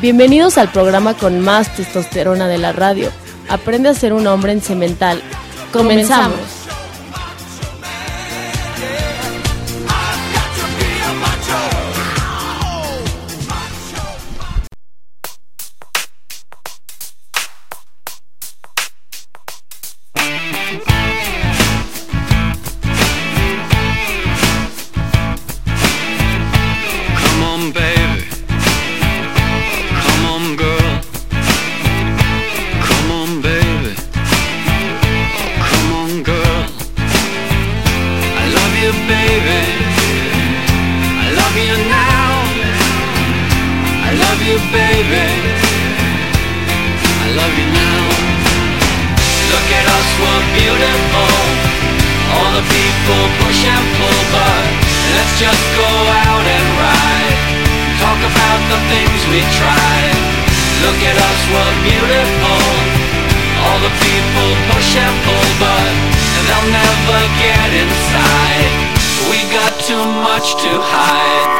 Bienvenidos al programa con más testosterona de la radio. Aprende a ser un hombre en cemental. Comenzamos. Come on, baby. Come on, girl. Come on, baby. Come on, girl. I love you, baby. I love you now. I love you, baby. I love you now. Look at us, we're beautiful. All the people push and pull, but let's just go out and ride. Talk about the things we tried. Look at us, we're beautiful. All the people push and pull, but they'll never get inside. We got too much to hide.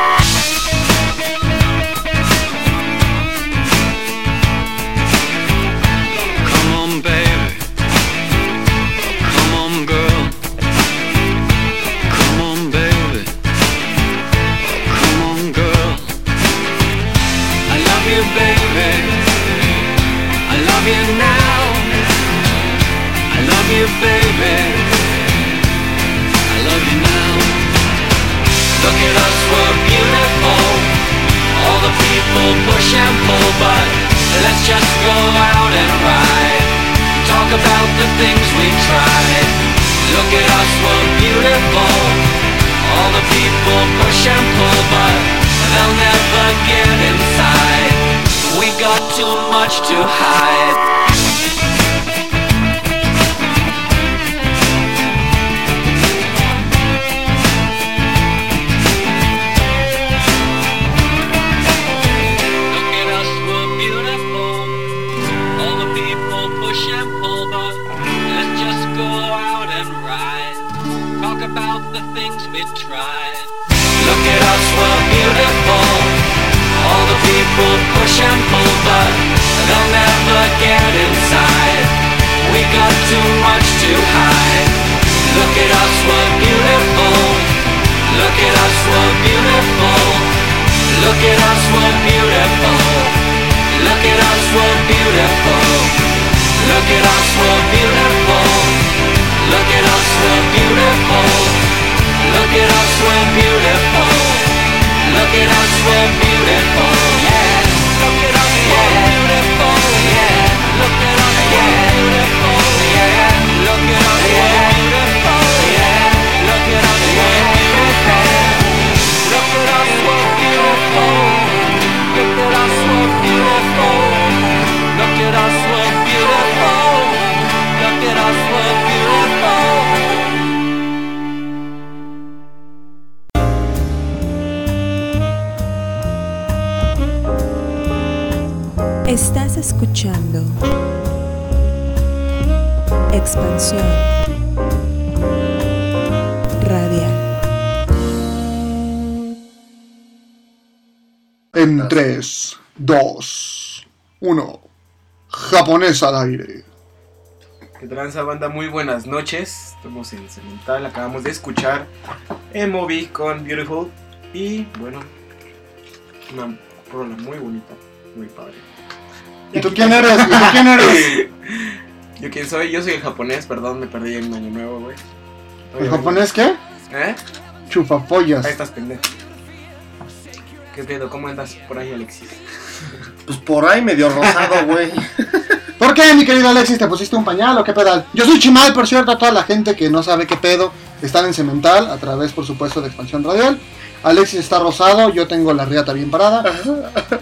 Come on, baby. Come on, girl. Come on, baby. Come on, girl. I love you, baby. I love you now. I love you, baby. I love you now. Look at us, we're beautiful. All the people push and pull, but let's just go out and ride. Talk about the things we tried. Look at us, we're beautiful. All the people push and pull, but they'll never get inside. We got too much to hide. Look at us, we're beautiful. All the people push and pull, but let's just go out and ride. Talk about the things we tried. Look at us, we're beautiful. All the people push and pull, but they'll never get inside. We got too much to hide. Look at us, we're beautiful. Look at us, we're beautiful. Look at us, we're beautiful. Look at us, we're beautiful. Look at us, we're beautiful. Look at us, we're beautiful. Look at us, we're beautiful. Look at us, we're beautiful. Yeah. Look at us, we're beautiful. Yeah. Look at us, we're beautiful. Yeah. Look at us, we're beautiful. Yeah. Look at us, we're beautiful. Look at us, we're beautiful. Look at us, we're beautiful. Look at us, we're beautiful. Look at us, we're beautiful. Estás escuchando Expansión Radial. En 3, 2, 1. Japonés al aire. Que tranza banda, muy buenas noches. Estamos en Cemental, acabamos de escuchar Emovi con Beautiful. Y bueno, una rola muy bonita, muy padre. ¿Y tú quién eres? ¿Y tú quién eres? ¿Yo quién soy? Yo soy el japonés, perdón, me perdí en Año Nuevo, güey. ¿El japonés qué? ¿Eh? Chupapollas. Ahí estás, pendejo. ¿Qué pedo? ¿Cómo andas por ahí, Alexis? Pues por ahí medio rosado, güey. ¿Por qué, mi querido Alexis, te pusiste un pañal o qué pedal? Yo soy Chimal, por cierto, a toda la gente que no sabe qué pedo. Están en Cemental, a través, por supuesto, de Expansión Radial. Alexis está rosado, yo tengo la riata bien parada.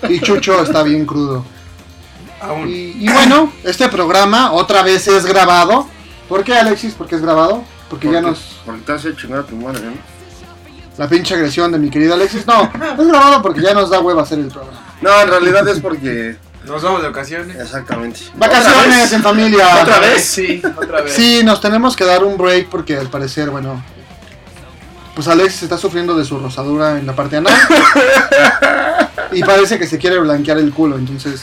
Y Chucho está bien crudo. Aún. Y, y bueno, este programa otra vez es grabado. ¿Por qué, Alexis? ¿Por qué es grabado? Porque ya nos... Porque te hace chingar a tu madre, ¿no? La pinche agresión de mi querido Alexis. No, es grabado porque ya nos da hueva hacer el programa. No, en realidad es porque. Nos vamos de ocasiones. Exactamente. Vacaciones en familia. ¿Otra vez? Sí, otra vez. Sí, nos tenemos que dar un break porque al parecer, bueno, pues Alexis está sufriendo de su rosadura en la parte anal. Y parece que se quiere blanquear el culo, entonces.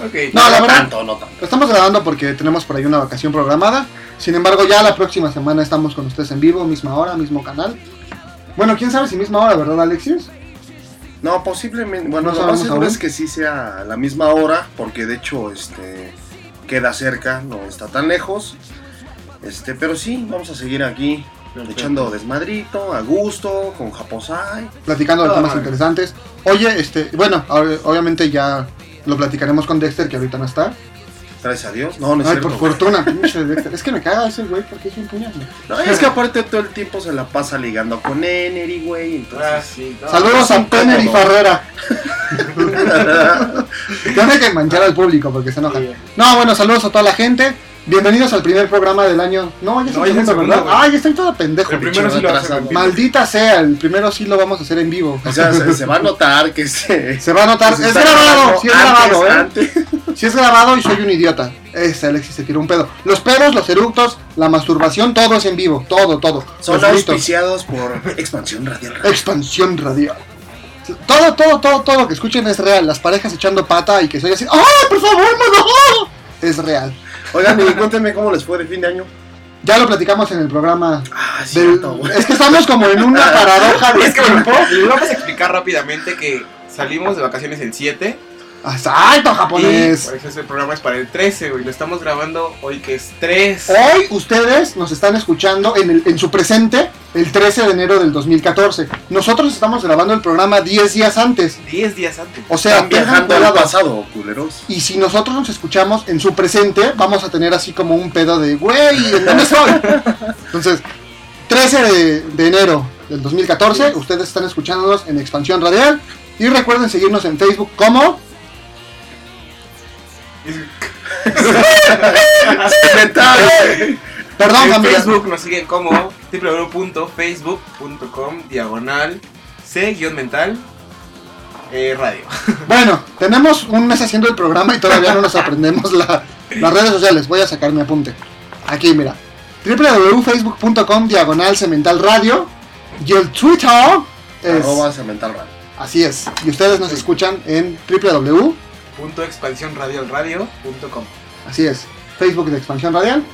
Ok. No, la verdad. tanto, no tanto. Lo estamos grabando porque tenemos por ahí una vacación programada. Sin embargo, ya la próxima semana estamos con ustedes en vivo, misma hora, mismo canal. Bueno, quién sabe si misma hora, ¿verdad, Alexius? No, posiblemente. Bueno, No lo sabemos más seguro aún. es que sí sea a la misma hora, porque de hecho este, queda cerca, no está tan lejos. Este, pero sí, vamos a seguir aquí Perfecto. echando desmadrito, a gusto, con Japosai. Platicando de Ah, temas vale. interesantes. Oye, este, bueno, ob- obviamente ya lo platicaremos con Dexter, que ahorita no está. Gracias a Dios. No, no es Ay, cierto. por fortuna, pinche Dexter. Es que me caga ese güey porque es un puñal. güey. No, es que aparte todo el tiempo se la pasa ligando con Enery, güey. Ah, Entonces. sí. no. Saludos es a incómodo. Penner y Farrera. Tiene que manchar al público porque se enojan. Sí. No, bueno, saludos a toda la gente. Bienvenidos al primer programa del año. No, ya es No, el ya es el segundo, ¿verdad? segundo, güey. Ay, ya estoy todo pendejo. El bicho. primero sí lo vas a retrasado. cumplir. Maldita sea, el primero sí lo vamos a hacer en vivo. o sea, se, se va a notar que se. Se va a notar. pues, que se es Pues está grabado, sí es antes, grabado, ¿eh? antes. Si es grabado y soy un idiota. Ese Alexis se tiró un pedo. Los pedos, los eructos, la masturbación, todo es en vivo. Todo, todo. Son los gritos. auspiciados por Expansión Radial. Expansión radial. Todo, todo, todo, todo lo que escuchen es real. Las parejas echando pata y que soy así. ¡Ah, por favor, mano! Es real. Oigan, y cuéntenme cómo les fue de fin de año. Ya lo platicamos en el programa. Ah, es del- cierto, güey. Es que estamos como en una paradoja de Es que bueno, tiempo. les vamos a explicar rápidamente que salimos de vacaciones el 7 ¡Asalto y japonés! por eso este programa es para el 13, güey. Lo estamos grabando hoy que es 3. Hoy ustedes nos están escuchando en, el- en su presente el 13 de enero del 2014. Nosotros estamos grabando el programa 10 días antes. 10 días antes. O sea, Están tengan viajando al cuidado. pasado, culeros. Y si nosotros nos escuchamos en su presente, vamos a tener así como un pedo de, güey, ¿en dónde estoy? Entonces, 13 de, de enero del 2014, ustedes están escuchándonos en Expansión Radial. Y recuerden seguirnos en Facebook como... Inventario. Perdón, en familia. Facebook nos siguen como www.facebook.com diagonal C-mental eh, radio. Bueno, tenemos un mes haciendo el programa y todavía no nos aprendemos la- las redes sociales. Voy a sacar mi apunte. Aquí, mira. www.facebook.com diagonal cemental radio. Y el Twitter es... Arroba Cemental Radio. Así es. Y ustedes nos escuchan en www. Punto expansión radial radio punto com. Así es. Facebook de Expansión Radial.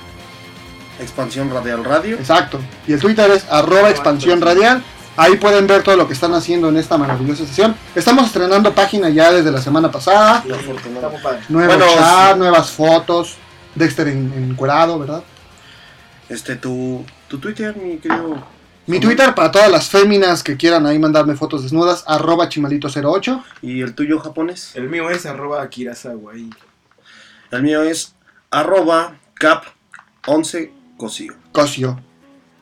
Expansión Radial Radio. Exacto. Y el Twitter es arroba expansión radial. Ahí pueden ver todo lo que están haciendo en esta maravillosa sesión. Estamos estrenando página ya desde la semana pasada. Y afortunado. está muy padre. Nuevo Bueno, chat, sí. nuevas fotos. Dexter en, encuerado, ¿verdad? Este, tu, tu Twitter, mi querido. Mi Ujú. Twitter para todas las féminas que quieran ahí mandarme fotos desnudas, arroba chimalito08. Y el tuyo japonés. El mío es arroba Kirasawa y El mío es arroba cap11 cosío. Cosio,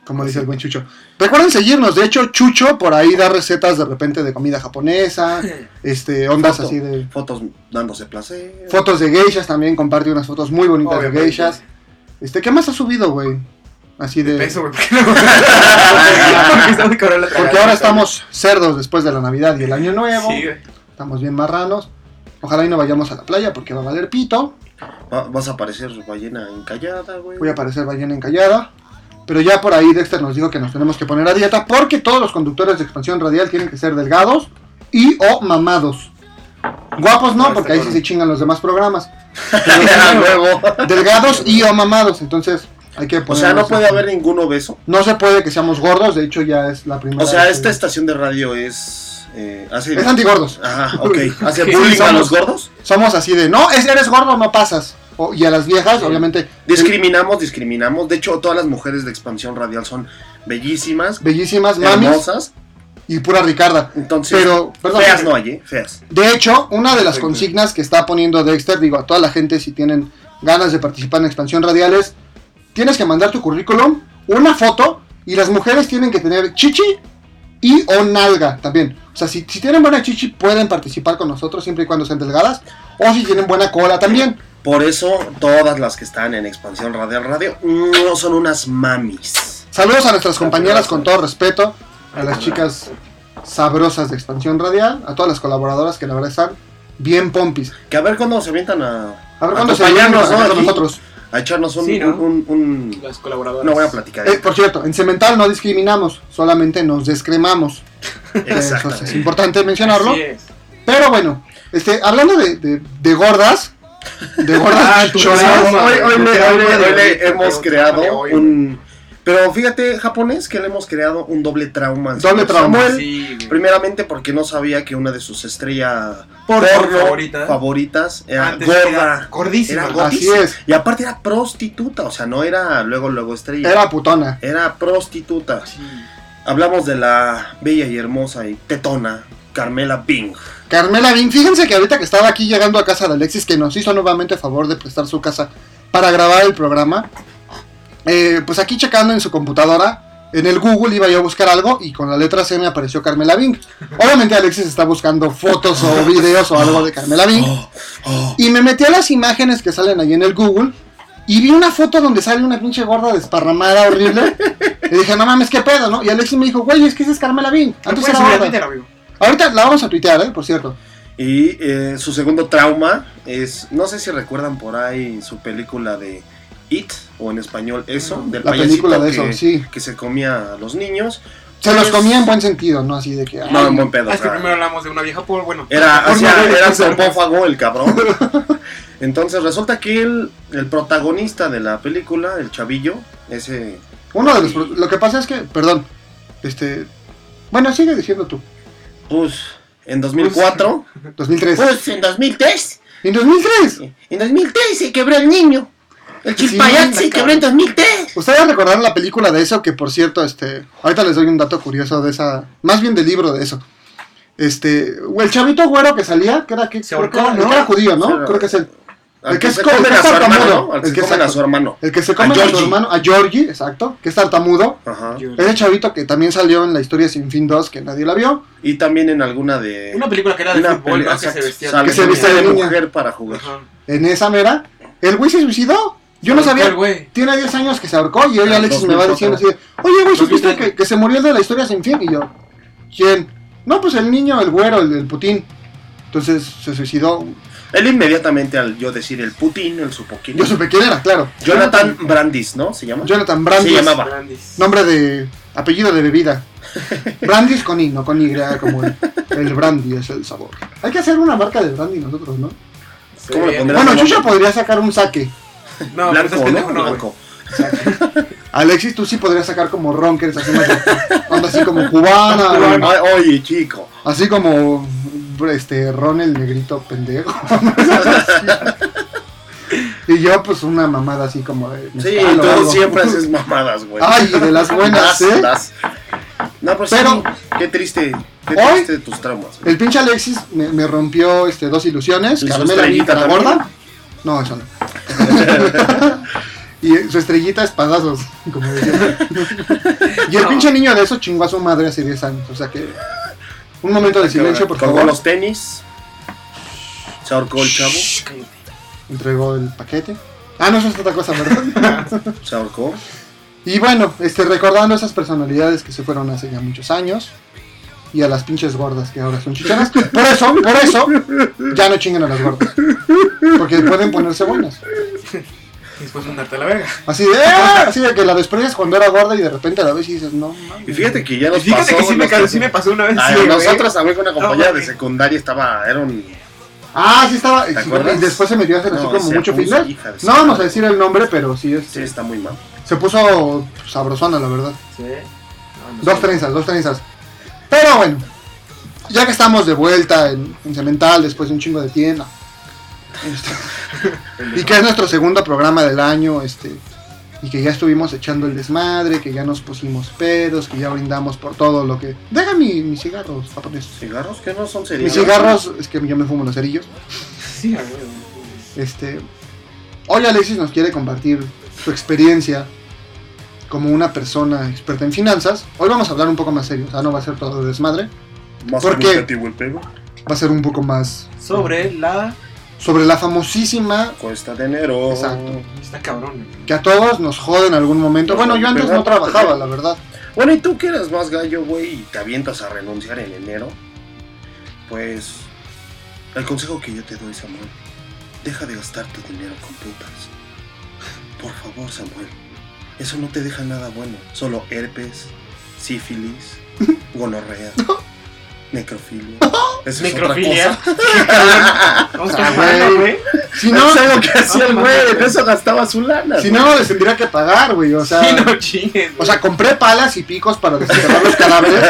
como dice el buen Chucho. Recuerden seguirnos, de hecho Chucho por ahí da recetas de repente de comida japonesa, este, ondas Foto. así de... Fotos dándose placer. Fotos de geishas también, comparte unas fotos muy bonitas de Obviamente. geishas. Este, ¿qué más has subido, güey? Así de... peso, güey. ¿por qué no? Porque está muy cabrón la Porque ahora estamos cerdos después de la Navidad y el Año Nuevo. Sí, güey. Estamos bien marranos. Ojalá y no vayamos a la playa porque va a valer pito. Va- vas a aparecer ballena encallada, güey. Voy a aparecer ballena encallada. Pero ya por ahí Dexter nos dijo que nos tenemos que poner a dieta porque todos los conductores de expansión radial tienen que ser delgados y o mamados. Guapos no, No, está porque ahí sí cabrón. se chingan los demás programas. A huevo. Delgados y o mamados, entonces hay que O sea, no ponernos- puede haber ningún obeso. No se puede que seamos gordos, de hecho ya es la primera. O sea, este vez esta que- estación de radio es. Eh, hace- Ah, es antigordos. Ajá, ok. ¿Hace Sí, bullying a somos- los gordos? Somos así de, no, es, eres gordo, no pasas. O- y a las viejas, Sí. obviamente, Discriminamos, discriminamos. De hecho, todas las mujeres de expansión radial son bellísimas, bellísimas, mamis hermosas. y pura Ricarda. Entonces, Pero, perdón, feas no hay, ¿eh? Feas. De hecho, una de las Perfecto. consignas que está poniendo Dexter, digo, a toda la gente si tienen ganas de participar en Expansión Radial es, tienes que mandar tu currículum, una foto, y las mujeres tienen que tener chichi y o nalga también. O sea, si, si tienen buena chichi pueden participar con nosotros siempre y cuando sean delgadas, o si tienen buena cola también. Por eso, todas las que están en expansión radial radio no son unas mamis. Saludos a nuestras compañeras con todo respeto, a las chicas sabrosas de Expansión Radial, a todas las colaboradoras que la verdad están bien pompis. Que a ver cuándo se avientan a, A ver cuándo se vienen Acompañarnos, a ¿no? con Aquí. nosotros. a echarnos un, Sí, ¿no? un- un- Los colaboradores. No voy a platicar. Eh, por cierto, en Cemental no discriminamos, solamente nos descremamos. Eso es Exactamente. importante mencionarlo. Así es. Pero bueno, este, hablando de, de- de gordas, de gordas chorizas, programa. Hoy, hoy le, hoy le- hoy le hemos Pero creado hoy- un... Pero fíjate, japonés, que le hemos creado un doble trauma. al Doble señor trauma. Samuel. Sí, güey. Primeramente porque no sabía que una de sus estrellas Porno porno favorita. favoritas era Antes gorda. era gordísima. Era así gordísima. es, Y aparte era prostituta, o sea, no era luego luego estrella. era putona. Era prostituta. Sí. Hablamos de la bella y hermosa y tetona Carmela Bing. Carmela Bin, fíjense que ahorita que estaba aquí llegando a casa de Alexis, que nos hizo nuevamente favor de prestar su casa para grabar el programa, eh, pues aquí checando en su computadora, en el Google iba yo a buscar algo y con la letra C me apareció Carmela Bing. Obviamente Alexis está buscando fotos o videos o algo de Carmela Bing. Oh, oh. Y me metí a las imágenes que salen ahí en el Google y vi una foto donde sale una pinche gorda desparramada horrible. y dije, no mames, qué pedo, ¿no? Y Alexis me dijo, güey, es que esa es Carmela Bin. ¿Lo Antes puedes era subir a gorda". Twitter, amigo? Ahorita la vamos a tuitear, ¿eh? Por cierto. Y eh, su segundo trauma es, no sé si recuerdan por ahí su película de It, o en español eso, del Ah. La payasito película de eso, que, sí. que se comía a los niños. Se los Pues- comía en buen sentido, ¿no? Así de que. ay, No, en buen pedo. Ah, o es que sea, primero hablamos de una vieja por bueno. Era, por hacía- madre, era por madre. zompófago el cabrón. Entonces resulta que el, el protagonista de la película, el chavillo, ese... Uno de los. pro- Lo que pasa es que. Perdón. Este. Bueno, sigue diciendo tú. Pues en 2004... 2003. pues, en 2003. ¡En 2003! En 2003 se quebró el niño. El Sí, chilpayate se quebró en 2003. Ustedes recordarán la película de eso, que por cierto, este, ahorita les doy un dato curioso de esa, más bien del libro de eso. Este, el chavito güero que salía, que era que, Se creo que ahorcó, era- ¿no? que era judío, ¿no? Pero- creo que es el, Al El que que se es co- comen a es su tartamudo. hermano. Al El que que se se comen a co- su hermano. el que se come a, su Georgie. hermano, a Georgie, exacto, que es tartamudo. Ajá. Yo- Ese chavito que también salió en la historia Sin Fin 2, que nadie la vio. Y también en alguna de. Una película que era de una fútbol, peli- ¿no? Que se exacto, vestía. sale Que se con vestía una de niña. mujer para jugar. Ajá. En esa mera, el güey se suicidó. Yo no Ahorcó el sabía. güey. Tiene 10 años que se ahorcó y hoy Ah, Alexis me va 2004. diciendo así de, oye, güey, ¿supiste 2003. que, que se murió el de la historia sin fin? Y yo, ¿quién? No, pues el niño, el güero, el, el Putin. Entonces se suicidó. Él inmediatamente al yo decir el Putin, el Supoquín. Yo supe quién era, claro. Jonathan Brandis, ¿no? ¿Se llama? Jonathan Brandis. Se llamaba. Brandis. Nombre de. apellido de bebida. Brandis con I, no con Y, como el, el brandy es el sabor. Hay que hacer una marca de brandy nosotros, ¿no? Sí. ¿Cómo le pondrás? Bueno, no, yo no. ya podría sacar un saque. No, pero Blanco, estás ¿no? pendejo, no, güey. Blanco. Alexis, tú sí podrías sacar como ronkers, así más. de- onda así como cubana. Ay, oye, chico. Así como este Ron el negrito pendejo. y yo pues una mamada así como de Sí, mezcal o tú algo. siempre haces mamadas, güey. Ay, de las buenas, Das, ¿eh? das. No, pero, sí, Pero- qué triste, qué Hoy- triste tus traumas. güey. El pinche Alexis me, me rompió este dos ilusiones, ¿Y su Carmela y estrellita la también? gorda. No, eso no. y su estrellita espadazos, como decía. y el pinche niño de eso chingó a su madre hace 10 años, o sea que un momento de silencio, por Colgó favor. los tenis. Se ahorcó el chavo. Shh, cállate. Entregó el paquete. Ah, no, eso es otra cosa, ¿verdad? Se ahorcó. Y bueno, este, recordando esas personalidades que se fueron hace ya muchos años y a las pinches gordas que ahora son chichonas. Por eso, por eso, ya no chinguen a las gordas. Porque pueden ponerse buenas. Y Después mandarte a la verga. Así de, ¡ah! así de que la desprecias cuando era gorda y de repente la ves y dices, no mames. Y fíjate que ya Y nos fíjate pasó. que sí me, nos ca- pasó. sí me pasó una vez. Ay, sí, güey. nosotros también con una compañera No, de güey. secundaria estaba, era un Ah, sí estaba. ¿Te acuerdas? Y después se metió a hacer así No, como se mucho puso, fitness. hija de su No vamos madre. a decir el nombre, pero sí, es- sí está muy mal. se puso sabrosona, la verdad. Sí. No, no Dos sé. trenzas, dos trenzas. Pero bueno, ya que estamos de vuelta en, en Cemental después de un chingo de tienda. este, y que es nuestro segundo programa del año, este. Y que ya estuvimos echando el desmadre, que ya nos pusimos pedos, que ya brindamos por todo lo que. Deja mi, mis cigarros, japonés. Cigarros que no son Mis serios. cigarros, es que yo me fumo los cerillos. Sí, güey. Este. Hoy Alexis nos quiere compartir su experiencia como una persona experta en finanzas. Hoy vamos a hablar un poco más serio, o sea, no va a ser todo desmadre. Más ¿Por qué? comunicativo el pego. va a ser un poco más Sobre la. sobre la famosísima Cuesta dinero. Exacto. Está cabrón. güey. que a todos nos jode en algún momento. Bueno, yo antes no trabajaba, la verdad. Bueno, y tú que eres más gallo, güey, y te avientas a renunciar en enero. Pues el consejo que yo te doy, Samuel, deja de gastar tu dinero con putas. Por favor, Samuel. Eso no te deja nada bueno. Solo herpes, sífilis, gonorrea. Necrofilia. Eso es otra Necrofilia. cosa. Vamos Ah, a güey. güey. Si no, es algo que hacía el no, güey, no, en eso gastaba su lana. si güey. no, les tendría que pagar, güey. O sea, Sí, no chingues. O sea, compré palas y picos para desenterrar los cadáveres.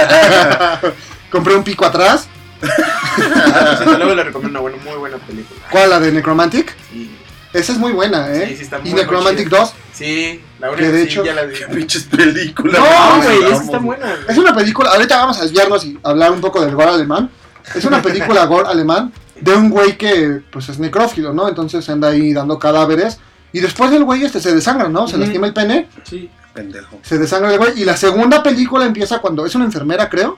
compré un pico atrás. Desde luego le recomiendo una buena, muy buena película. ¿Cuál? La de Necromantic. Sí, Esa es muy buena, ¿eh? Sí, sí, está muy, y muy Necromantic chida. 2. sí la Que única de sí, hecho- ya la vi. pinches películas. No, Vamos, güey, es vamos, que está buena. güey. Es una película. Ahorita vamos a desviarnos y hablar un poco del gore alemán. Es una película gore alemán de un güey que pues es necrófilo, ¿no? Entonces anda ahí dando cadáveres. Y después el güey este se desangra, ¿no? Se Ujú. lastima el pene, Sí. Pendejo. se desangra el güey. Y la segunda película empieza cuando es una enfermera, creo.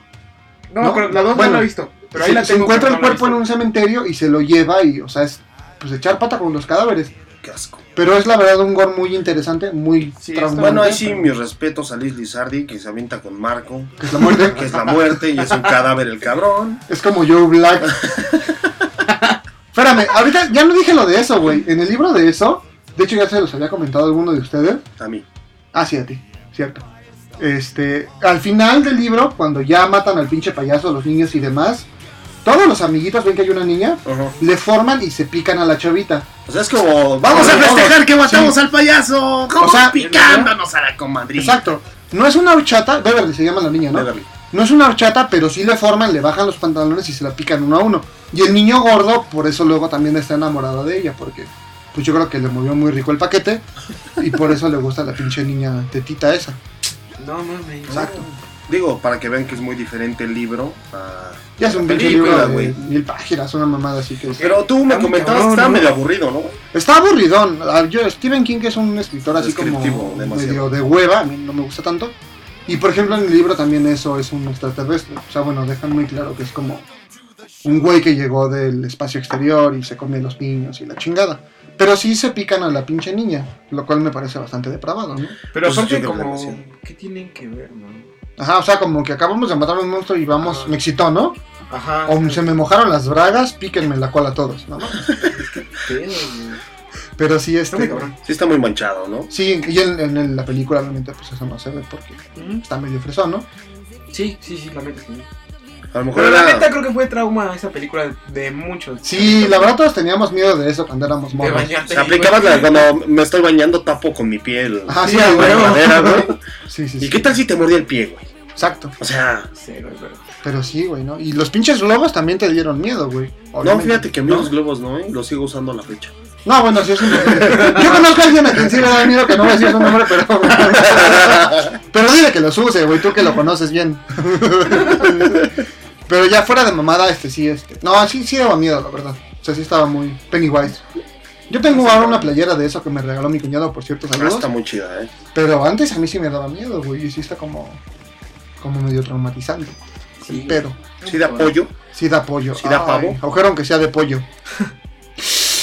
No, No, pero la dos bueno, no la he visto. Pero ahí se, la se tengo. encuentra el pero no la he cuerpo en un cementerio y se lo lleva y, o sea, es pues echar pata con los cadáveres. Qué asco. Pero es la verdad un gore muy interesante, muy Sí, traumante. está Bueno, ahí sí, mis respetos a Liz Lizardi, que se avienta con Marco, Que es la muerte. que es la muerte y es un cadáver el cabrón. Es como Joe Black. Espérame, ahorita ya no dije lo de eso, güey. En el libro de eso, de hecho ya se los había comentado alguno de ustedes. A mí. Ah, sí, a ti, cierto. Este, al final del libro, cuando ya matan al pinche payaso, a los niños y demás, todos los amiguitos ven que hay una niña, le forman y se pican a la chavita. O sea, es como, vamos a festejar que matamos Sí. al payaso. Como sea, picándonos a la comadrita. Exacto. No es una horchata, Beverly se llama la niña, ¿no? Beverly. No es una horchata, pero sí le forman, le bajan los pantalones y se la pican uno a uno. Y el niño gordo, por eso luego también está enamorado de ella, porque pues yo creo que le movió muy rico el paquete y por eso le gusta la pinche niña tetita esa. visto. No mames. Exacto. Digo, para que vean que es muy diferente el libro ah, a... Ya es un la pinche película, libro de güey. mil páginas, una mamada así que... Pero tú me Está muy comentabas que cabrón, estaba ¿no? medio aburrido, ¿no? Está aburridón. Ah, Yo, Stephen King que es un escritor así como Descriptivo, demasiado. medio de hueva, a mí no me gusta tanto. Y por ejemplo en el libro también eso es un extraterrestre. O sea, bueno, dejan muy claro que es como un güey que llegó del espacio exterior y se come los niños y la chingada. Pero sí se pican a la pinche niña, lo cual me parece bastante depravado, ¿no? Pero Pues yo aparte de como... relación. ¿Qué tienen que ver, no? Ajá, o sea, como que acabamos de matar a un monstruo y vamos, Ah. me excitó, ¿no? Ajá. O se me mojaron las bragas, píquenme la cola a todos, ¿no? Pedo, güey. Pero sí, Está muy este... cabrón. Sí está muy manchado, ¿no? Sí, y en, en el- la película obviamente pues eso no se ve porque está medio fresón, ¿no? Sí, sí, sí, la neta sí. A lo mejor Pero la era- neta creo que fue trauma esa película de muchos. Sí, la verdad todos teníamos miedo de eso cuando éramos De morros. bañarte. Se aplicaba la- cuando me estoy bañando tapo con mi piel. Ajá, sí, Sí, güey. güey. Madera, güey. Sí, sí, ¿Y sí. qué tal si te mordía el pie, güey? Exacto. O sea, Sí, güey, pero- Pero sí, güey, ¿no? Y los pinches globos también te dieron miedo, güey. no, Obviamente. fíjate que a mí No. los globos no, ¿eh? Los sigo usando a la fecha. No, bueno, sí es un... Yo conozco a alguien a quien sí le da miedo que no voy a decir su nombre, pero... pero dile que los use, güey, tú que lo conoces bien. pero ya fuera de mamada, este sí, este... No, sí, sí daba miedo, la verdad. O sea, sí estaba muy... Pennywise. Yo tengo ahora una playera de eso que me regaló mi cuñado, por cierto, Ah, saludos. está muy chida, ¿eh? Pero antes a mí sí me daba miedo, güey. Y sí está como, como medio traumatizante. Sí. Pero Sí da pollo. sí da pollo. ¿Sí da Ay, pavo? Agujero aunque sea de pollo.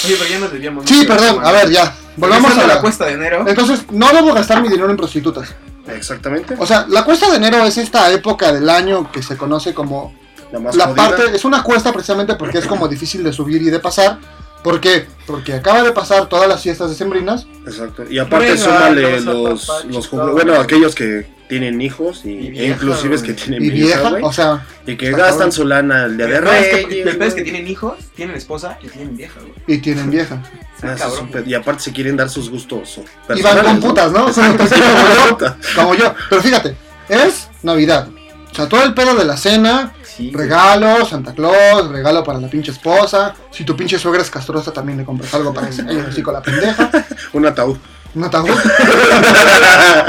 Oye, pero ya nos debíamos. Sí, perdón. A ver, ya. Volvamos a la la cuesta de enero. Entonces, no debo gastar mi dinero en prostitutas. Exactamente. O sea, la cuesta de enero es esta época del año que se conoce como La más la jodida. parte. Es una cuesta precisamente porque es como difícil de subir y de pasar. ¿Por qué? Porque acaba de pasar todas las fiestas decembrinas. Exacto. Y aparte Regalos, súmale los, papachos, los todo, juglo- bueno, güey. aquellos que tienen hijos y, Y e vieja, inclusive es que güey. tienen Y vieja, vieja, güey, o sea, y que está cabrón. gastan su lana el día de No, es que- rey. El peor es que tienen hijos, tienen esposa y tienen vieja, güey. y tienen vieja. Ah, Está Ah, cabrón. y aparte se quieren dar sus gustos o Y van con personales, putas, ¿no? Exacto, sí, Como yo. con putas. como yo. Pero fíjate, es Navidad. O sea, todo el pedo de la cena, Sí. regalos, Santa Claus, regalo para la pinche esposa. Si tu pinche suegra es castrosa, también le compras algo para que se calle el hocico a la pendeja. Un ataúd. Un ataúd.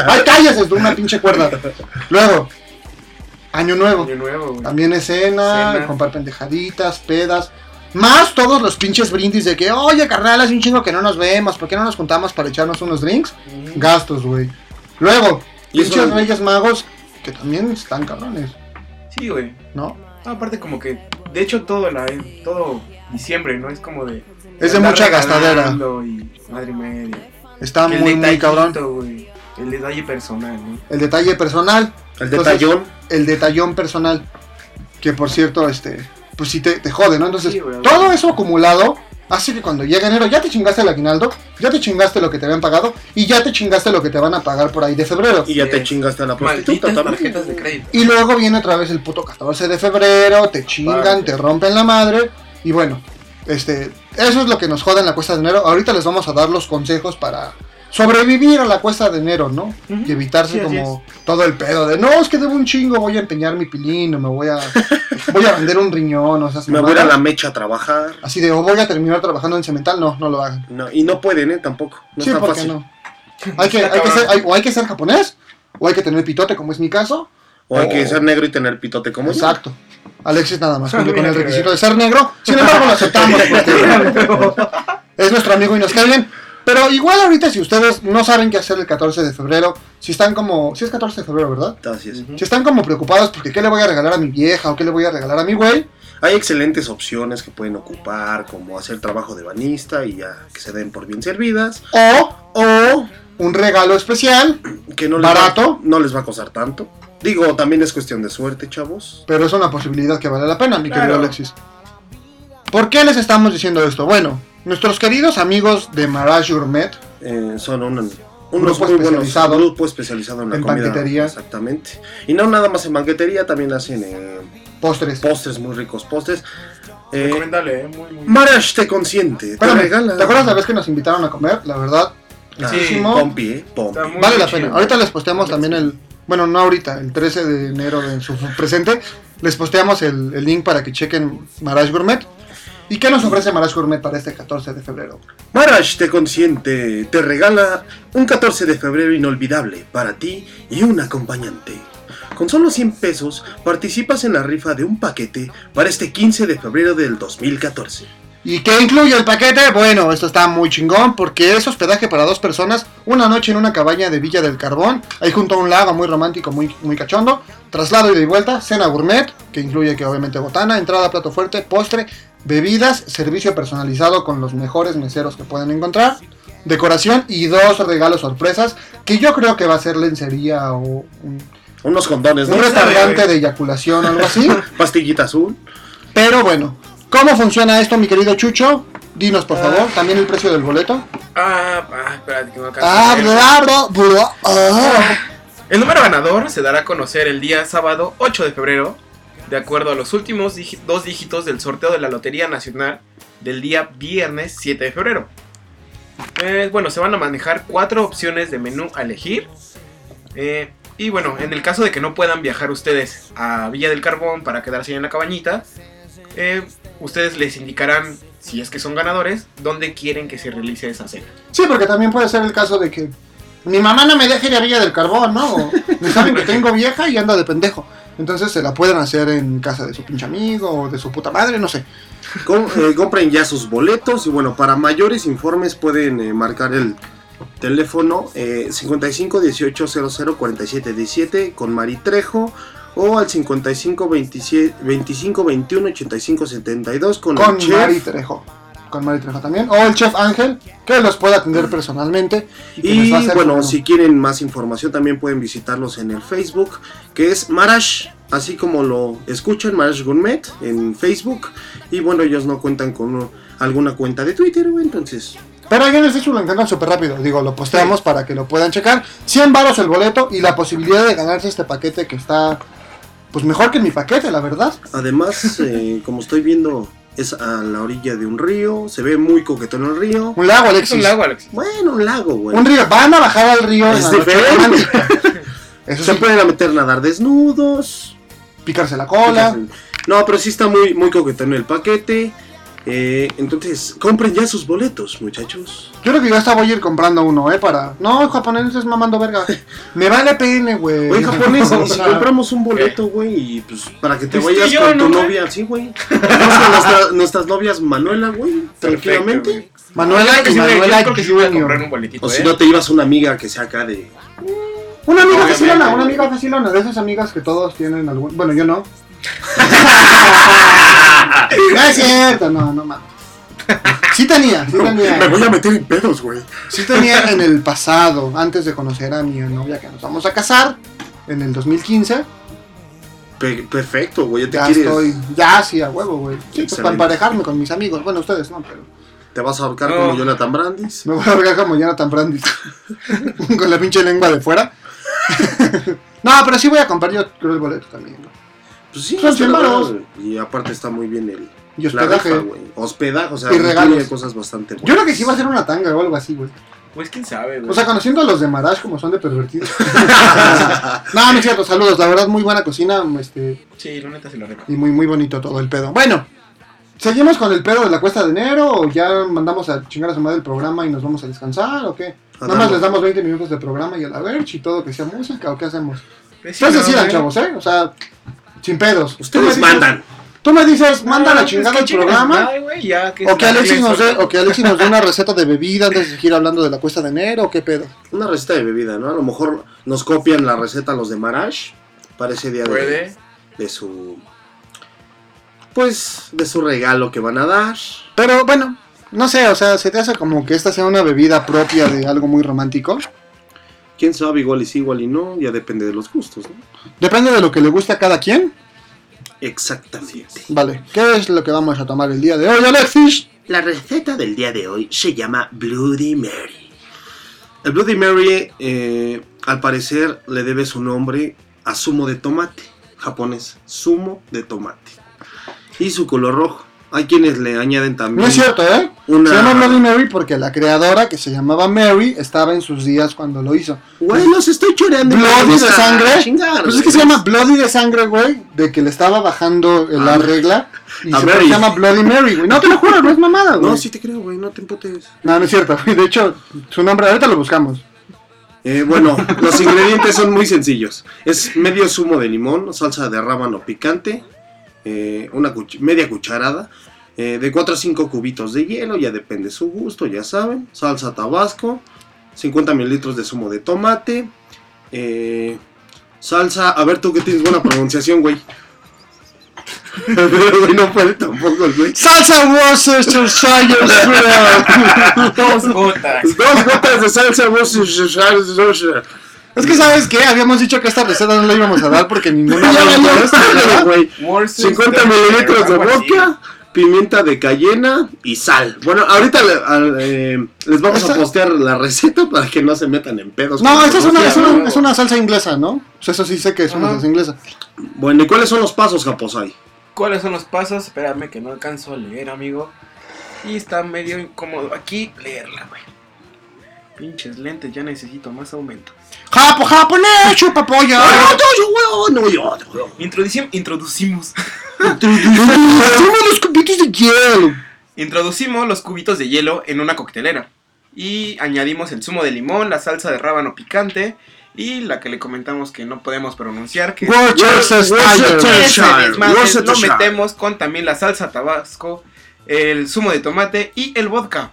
¡Ay, cállese! de una pinche cuerda. Luego, Año Nuevo. Año nuevo, güey. También es cena, Cena. comprar pendejaditas, pedas. Más todos los pinches brindis de que, oye, carnal, hace un chingo que no nos vemos. ¿Por qué no nos juntamos para echarnos unos drinks? Mm. gastos, güey. Luego, Y pinches eso- Reyes Magos, que también están cabrones, Sí, güey. ¿no? No, aparte como que, de hecho todo la, todo diciembre, ¿no? Es como de... Es de andar mucha gastadera. regalando Y madre media. Está Que el muy, muy detallito, cabrón. güey, El detalle personal, ¿no? El detalle personal, El Entonces- detallón. el detallón personal, que por cierto, este, pues sí te, te jode, ¿no? Entonces, Sí, güey. todo eso acumulado Así que cuando llegue enero ya te chingaste el aguinaldo, ya te chingaste lo que te habían pagado y ya te chingaste lo que te van a pagar por ahí de febrero. Y ya te chingaste a la prostituta Malditas también. tarjetas de crédito. Y luego viene otra vez el puto 14 de febrero, te chingan, Parte. te rompen la madre. Y bueno, este, eso es lo que nos joda en la cuesta de enero. Ahorita les vamos a dar los consejos para sobrevivir a la cuesta de enero, ¿no? Ujú. Y evitarse Sí, así como todo el pedo de, no, es que debo un chingo, voy a empeñar mi pilín, o me voy a, voy a vender un riñón, o esas Me voy a ir a mamadas. la mecha a trabajar. Así de, o voy a terminar trabajando en cemental, no, no lo hagan. No, y no pueden, ¿eh? Tampoco. No sí, está porque fácil. no. Hay que, hay que ser, hay- o hay que ser japonés, o hay que tener pitote, como es mi caso, O hay que Oh. ser negro y tener pitote como yo. Exacto. Alexis nada más cumple con Mira el qué requisito ver. de ser negro. Sin embargo, lo aceptamos porque es nuestro amigo y nos cae bien. Pero igual ahorita si ustedes no saben qué hacer el 14 de febrero, si están como... Si es 14 de febrero, ¿verdad? Así es. Ujú. Si están como preocupados porque qué le voy a regalar a mi vieja o qué le voy a regalar a mi güey, Hay excelentes opciones que pueden ocupar, como hacer trabajo de banista y ya que se den por bien servidas. o O un regalo especial, que no les, Barato. Va, no les va a costar tanto. Digo, también es cuestión de suerte, chavos. pero es una posibilidad que vale la pena, mi querido Claro. Alexis. ¿Por qué les estamos diciendo esto? Bueno, nuestros queridos amigos de Maraj Gourmet Eh, son un, unos Grupo muy buenos- especializado. grupo especializado en la En comida. banquetería. Exactamente. Y no nada más en banquetería, también hacen eh, Postres. postres, muy ricos postres. Eh, Recomendable, ¿eh? Muy, muy. Marash te consiente, te Espérame, regala. ¿Te acuerdas la vez que nos invitaron a comer? La verdad, Ah, Sí. Pompi, eh, Pompi. Está muy vale la chido. pena. Ahorita les posteamos también el. Bueno, no ahorita, el 13 de enero en su presente. Les posteamos el, el link para que chequen Marash Gourmet. ¿Y qué nos ofrece Marash Gourmet para este 14 de febrero? Marash te consiente, te regala un 14 de febrero inolvidable para ti y un acompañante. Con solo 100 pesos participas en la rifa de un paquete para este 15 de febrero del 2014. ¿Y qué incluye el paquete? Bueno, esto está muy chingón porque es hospedaje para dos personas, una noche en una cabaña de Villa del Carbón, ahí junto a un lago muy romántico, muy, muy cachondo, traslado y de vuelta, cena gourmet, que incluye que obviamente botana, entrada, plato fuerte, postre, bebidas, servicio personalizado con los mejores meseros que pueden encontrar, decoración y dos regalos sorpresas, que yo creo que va a ser lencería o un, Unos condones, ¿no? un restaurante de eyaculación o algo así. Pastillita azul. Pero bueno, ¿cómo funciona esto, mi querido Chucho? Dinos, Ah. por favor, también el precio del boleto. Ah, ah, espérate que no alcanzo a Ah, leer. bla, bla, bla, ah. El número ganador se dará a conocer el día sábado 8 de febrero, de acuerdo a los últimos digi- dos dígitos del sorteo de la Lotería Nacional del día viernes 7 de febrero. Eh, bueno, se van a manejar cuatro opciones de menú a elegir. Eh, y bueno, en el caso de que no puedan viajar ustedes a Villa del Carbón para quedarse ahí en la cabañita, eh, ustedes les indicarán, si es que son ganadores, dónde quieren que se realice esa cena. Sí, porque también puede ser el caso de que mi mamá no me deje ir a Villa del Carbón, ¿no? O me saben que tengo vieja y ando de pendejo. Entonces se la pueden hacer en casa de su pinche amigo o de su puta madre, no sé. Com- eh, compren ya sus boletos y bueno, para mayores informes pueden eh, marcar el teléfono eh, 55 18 00 47 17 con Mari Trejo o al 55 27 25 21 85 72 con, el Con chef. Mari Trejo. Con Mari Trejo también. O el chef Ángel, que los puede atender personalmente. que les va a Ah. Y hacer bueno, un- si quieren más información también pueden visitarlos en el Facebook, que es Marash, así como lo escuchan, Marash Gourmet en Facebook. Y bueno, ellos no cuentan con uh, alguna cuenta de Twitter, entonces Pero ahí en el Facebook lo encuentran súper rápido. Digo, lo posteamos para que lo puedan checar. 100 varos el boleto y la posibilidad de ganarse este paquete que está, pues mejor que mi paquete, la verdad. Además, eh, como estoy viendo, es a la orilla de un río, se ve muy coquetón el río. Un lago, Es Alexis. un Un, lago, Alex. Bueno, un lago, güey. río. Van a bajar al río. en Es la noche diferente. romántica. Eso Se sí, pueden a meter a nadar desnudos. picarse la cola. No, pero sí está muy, muy coquetón el paquete. Eh, entonces, compren ya sus boletos, muchachos. Yo creo que yo hasta voy a ir comprando uno, ¿eh? Para... No, el japonés es mamando verga. Me vale pene, güey. Oye, japonés, O y si sea, compramos un boleto, güey, y pues para que te Pues tú vayas y yo, con tu ¿no, güey? novia, sí, güey. Vamos con nuestra- nuestras novias Manuela, güey, tranquilamente. Perfecto, güey. Manuela Yo creo que y sí voy- yo Manuela creo que sí voy a Junior. comprar un boletito, O si ¿eh? no, te ibas una amiga que sea acá de. Una amiga Obviamente, facilona, una güey. amiga facilona, de esas amigas que todos tienen algún... Bueno, yo no. no es cierto, no, no mames. Sí tenía, sí Me tenía. voy a meter en pedos, güey. Sí tenía en el pasado, antes de conocer a mi novia que nos vamos a casar, en el 2015. Pe- perfecto, güey, ya te Ya quieres. estoy, ya sí, a huevo, güey. Sí, pues, para Excelente. emparejarme con mis amigos. Bueno, ustedes no, pero... Te vas a ahorcar No. como Jonathan Brandis. Me voy a ahorcar como Jonathan Brandis. Con la pinche lengua de fuera. no, pero sí voy a comprar yo creo el boleto también. ¿no? Pues sí, Son está cien la varos. verdad, güey. Y aparte está muy bien el Y la hospedaje. rifa, güey. Hospedaje, o sea, Y regalos. tiene cosas bastante buenas. Yo creo que sí va a ser una tanga o algo así, güey. Pues quién sabe, güey. O sea, conociendo a los de Marash como son de pervertidos. no, no es cierto, saludos. La verdad, muy buena cocina este, sí, la neta se lo repa. y muy, muy bonito todo el pedo. Bueno, ¿seguimos con el pedo de la cuesta de enero o ya mandamos a chingar a su madre el programa y nos vamos a descansar o qué? Ah, Nada más no. les damos 20 minutos de programa y a la verch y todo, que sea música o qué hacemos. Pues sí, Ustedes no, decidan, güey. chavos, ¿eh? O sea, sin pedos. Tú me Ustedes dices- mandan. Tú me dices, manda la Pues chingada que el chinguen a su programa. madre, güey, ya, O que, se Alexis arreglen nos dé, solos. o que Alexis nos dé una receta de bebida antes de seguir hablando de la cuesta de enero, o qué pedo. Una receta de bebida, ¿no? A lo mejor nos copian la receta los de Marash para ese día de, Puede. de su. Pues de su regalo que van a dar. Pero bueno, no sé, o sea, se te hace como que esta sea una bebida propia de algo muy romántico. Quién sabe, igual y sí, igual y no. Ya depende de los gustos, ¿no? Depende de lo que le guste a cada quien. Exactamente. Vale, ¿qué es lo que vamos a tomar el día de hoy, Alexis? La receta del día de hoy se llama Bloody Mary. El Bloody Mary, eh, al parecer, le debe su nombre a zumo de tomate, japonés, zumo de tomate. Y su color rojo. Hay quienes le añaden también No es cierto, ¿eh? una... Se llama Bloody Mary porque la creadora, que se llamaba Mary, estaba en sus días cuando lo hizo. Güey, los estoy choreando. Bloody de sangre. Chingar, Pues es que se llama Bloody de sangre, güey, de que le estaba bajando eh, la Ah. regla. Y A se Mary. llama Bloody Mary, güey. No te lo juro, no es mamada, güey. No, No, sí te creo, güey, no te emputes. no, es cierto, güey. De hecho, su nombre, ahorita lo buscamos. Eh, bueno, los ingredientes son muy sencillos. Es medio zumo de limón, salsa de rábano picante, eh, una cuch- media cucharada, eh, de 4 a 5 cubitos de hielo, ya depende su gusto, ya saben. Salsa tabasco, 50 mililitros de zumo de tomate, eh, salsa... A ver, tú que tienes buena pronunciación, güey. Pero, güey, no puede tampoco, el güey. Salsa Worcestershire Shrimp. Dos gotas. Dos gotas de salsa Worcestershire. Es que, ¿sabes qué? Habíamos dicho que esta receta no la íbamos a dar porque ninguno Ya había valió hecho esto, madre, ¿verdad? güey. Worcester, 50 mililitros de este, algo así. vodka, pimienta de cayena y sal. Bueno, ahorita le- al- eh, les vamos a Esta- postear la receta para que no se metan en pedos. No, con esta es los una, es, vodka. una, es una salsa inglesa, ¿no? Pues eso sí sé que es una Ajá. salsa inglesa. Bueno, ¿y cuáles son los pasos, Japosai? ¿Cuáles son los pasos? Espérame que no alcanzo a leer, amigo. Y está medio incómodo aquí leerla, güey. Pinches lentes, ya necesito más aumento. ¡Japo, japonés, chupa pollo! no, yo, yo. Introducim- introducimos. Toma los cubitos de hielo! Introducimos los cubitos de hielo en una coctelera. Y añadimos el zumo de limón, la salsa de rábano picante y la que le comentamos que no podemos pronunciar, que es Worcestershire. Ese desmadre lo Worcestershire. metemos con también la salsa tabasco, el zumo de tomate y el vodka.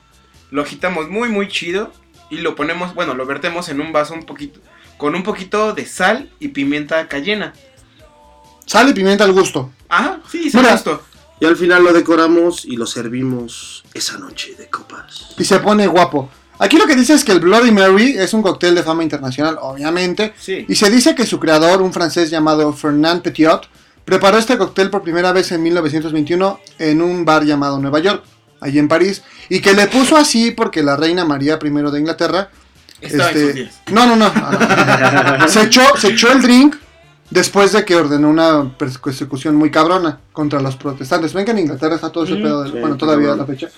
Lo agitamos muy muy chido y lo ponemos, bueno, lo vertemos en un vaso un poquito con un poquito de sal y pimienta cayena. Sal y pimienta al gusto. Ajá, sí, sí, Mira. justo. Y al final lo decoramos y lo servimos esa noche de copas. Y se pone guapo. Aquí lo que dice es que el Bloody Mary es un cóctel de fama internacional, obviamente. Sí. Y se dice que su creador, un francés llamado Fernand Petiot, preparó este cóctel por primera vez en 1921 en un bar llamado Nueva York, allí en París. Y que le puso así porque la reina María I de Inglaterra Estaba en este, sus días. No, no, no. se, echó, se echó el drink después de que ordenó una persecución muy cabrona contra los protestantes. Ven que en Inglaterra está todo ese pedo. de- sí, bueno, qué todavía a cabrón. la fecha.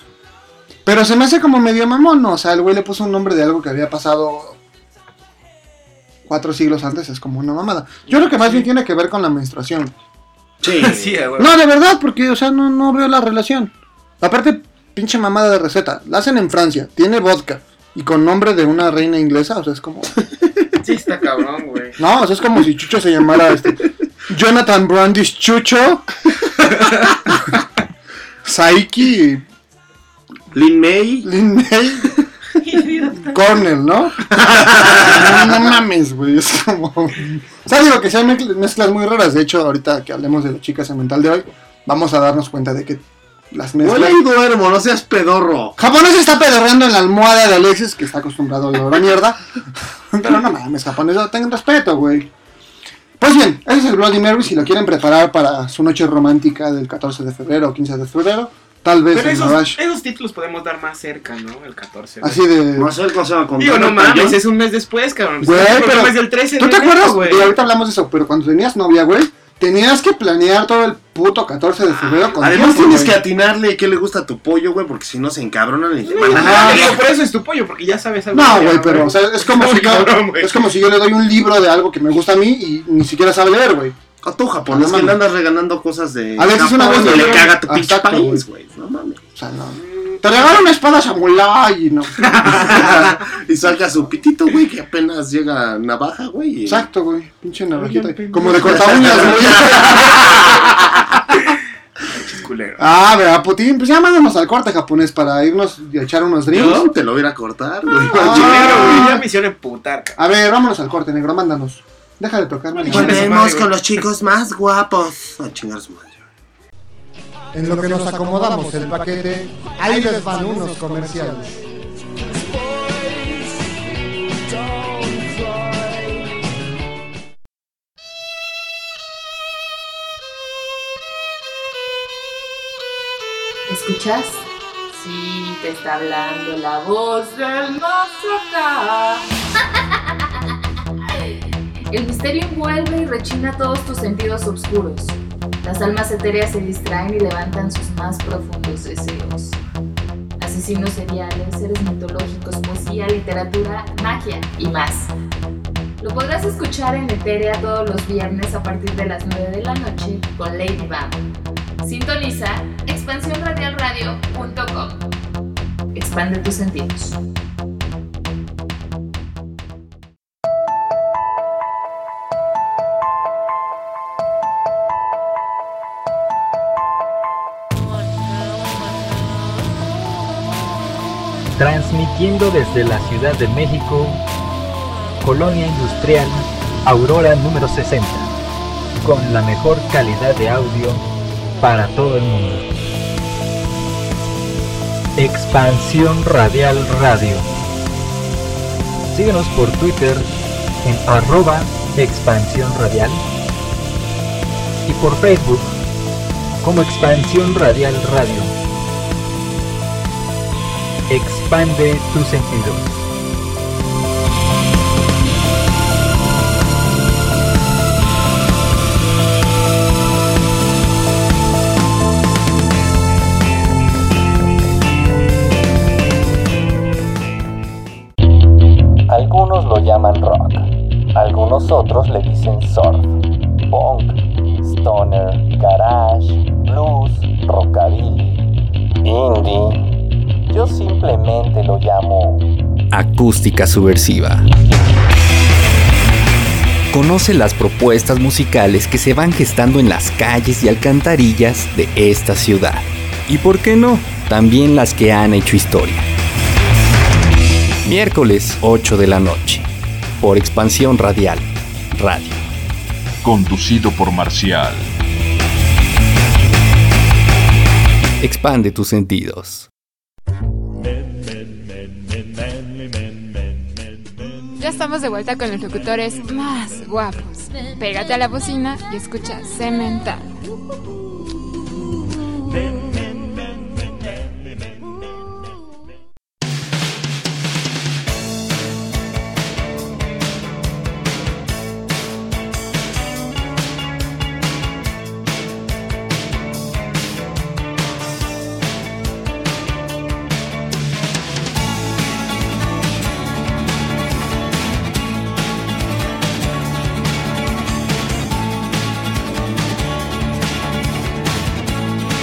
Pero se me hace como medio mamón, ¿no? O sea, el güey le puso un nombre de algo que había pasado cuatro siglos antes. Es como una mamada. Yo creo que más bien tiene que ver con la menstruación. Sí. Sí, güey. No, de verdad, porque, o sea, no, no veo la relación. Aparte, pinche mamada de receta. La hacen en Francia, tiene vodka. Y con nombre de una reina inglesa, o sea, es como. Sí, está cabrón, güey. No, o sea, es como si Chucho se llamara este. Jonathan Brandis Chucho. Saiki, Lin May. Lin May, Cornell, ¿no? No, no mames, güey. Es como. O sea, digo que sean mezcl- mezclas muy raras. De hecho, ahorita que hablemos de la chica semental de hoy, vamos a darnos cuenta de que las Huele mezclas. y duermo, no seas pedorro. Japonés está pedorreando en la almohada de Alexis, que está acostumbrado a la hora mierda. Pero no mames, japonés, tengan respeto, güey. Pues bien, ese es el Bloody Mary. Si lo quieren preparar para su noche romántica del 14 de febrero o 15 de febrero, Tal vez Pero en esos, Navash. esos títulos podemos dar más cerca, ¿no? El 14. güey. Así de. No sé el consejo con Digo, no tanto mames, cañón. es un mes después, cabrón. Güey, El pero- programa es del 13 ¿Tú de te enero, acuerdas? güey? Y ahorita hablamos de eso, pero cuando tenías novia, güey, tenías que planear todo el puto 14 de febrero con Además tiempo, tienes que güey. atinarle qué le gusta a tu pollo, güey, porque si no se encabronan y van a- Ajá. Te digo, por eso es tu pollo, porque ya sabes algo. Ah. No, que güey, ya, pero o sea, es como, Está si muy cabrón, yo, güey. es como si yo le doy un libro de algo que me gusta a mí y ni siquiera sabe leer, güey. A tu japonés No que le mames. andas regalando cosas de. A veces una vez que me le dieron- caga tu pinche Exacto, país, güey. No mames. O sea, no. Te regalo una espada samurái y no. y saca su pitito, güey, que apenas llega a navaja, güey. y- Exacto, güey. Pinche navajita. Oye, Como de cortar uñas, güey. Culero. Ah, vea, Putin, pues ya mándanos al corte japonés para irnos y echar unos drinks. Yo te lo voy a ir a cortar, güey. Ah. Culero, güey, ya me hicieron emputar, cabrón. A ver, vámonos al corte, negro, mándanos. Deja de tocarme. la- Bueno. Volvemos pues con los chicos más guapos. A chingar su madre. En lo que nos acomodamos el paquete, ahí les van unos comerciales. ¿Me escuchas? Sí, te está hablando la voz del más acá. El misterio envuelve y rechina todos tus sentidos oscuros. Las almas etéreas se distraen y levantan sus más profundos deseos. Asesinos seriales, seres mitológicos, poesía, literatura, magia y más. Lo podrás escuchar en Eterea todos los viernes a partir de las 9 de la noche con Lady Bam. Sintoniza expansiónradialradio.com. Expande tus sentidos. transmitiendo desde la Ciudad de México, Colonia Industrial, Aurora número 60, con la mejor calidad de audio para todo el mundo. Expansión Radial Radio. Síguenos por Twitter en arroba expansión radial y por Facebook como Expansión Radial Radio. Expande tus sentidos. Algunos lo llaman rock, algunos otros le dicen surf, punk, stoner, garage, blues, rockabilly, indie. Yo simplemente lo llamo acústica subversiva. Conoce las propuestas musicales que se van gestando en las calles y alcantarillas de esta ciudad. Y por qué no, también las que han hecho historia. Miércoles 8 de la noche, por expansión radial, radio. Conducido por Marcial. Expande tus sentidos. Ya estamos de vuelta con los locutores más guapos. Pégate a la bocina y escucha Cemental. Thank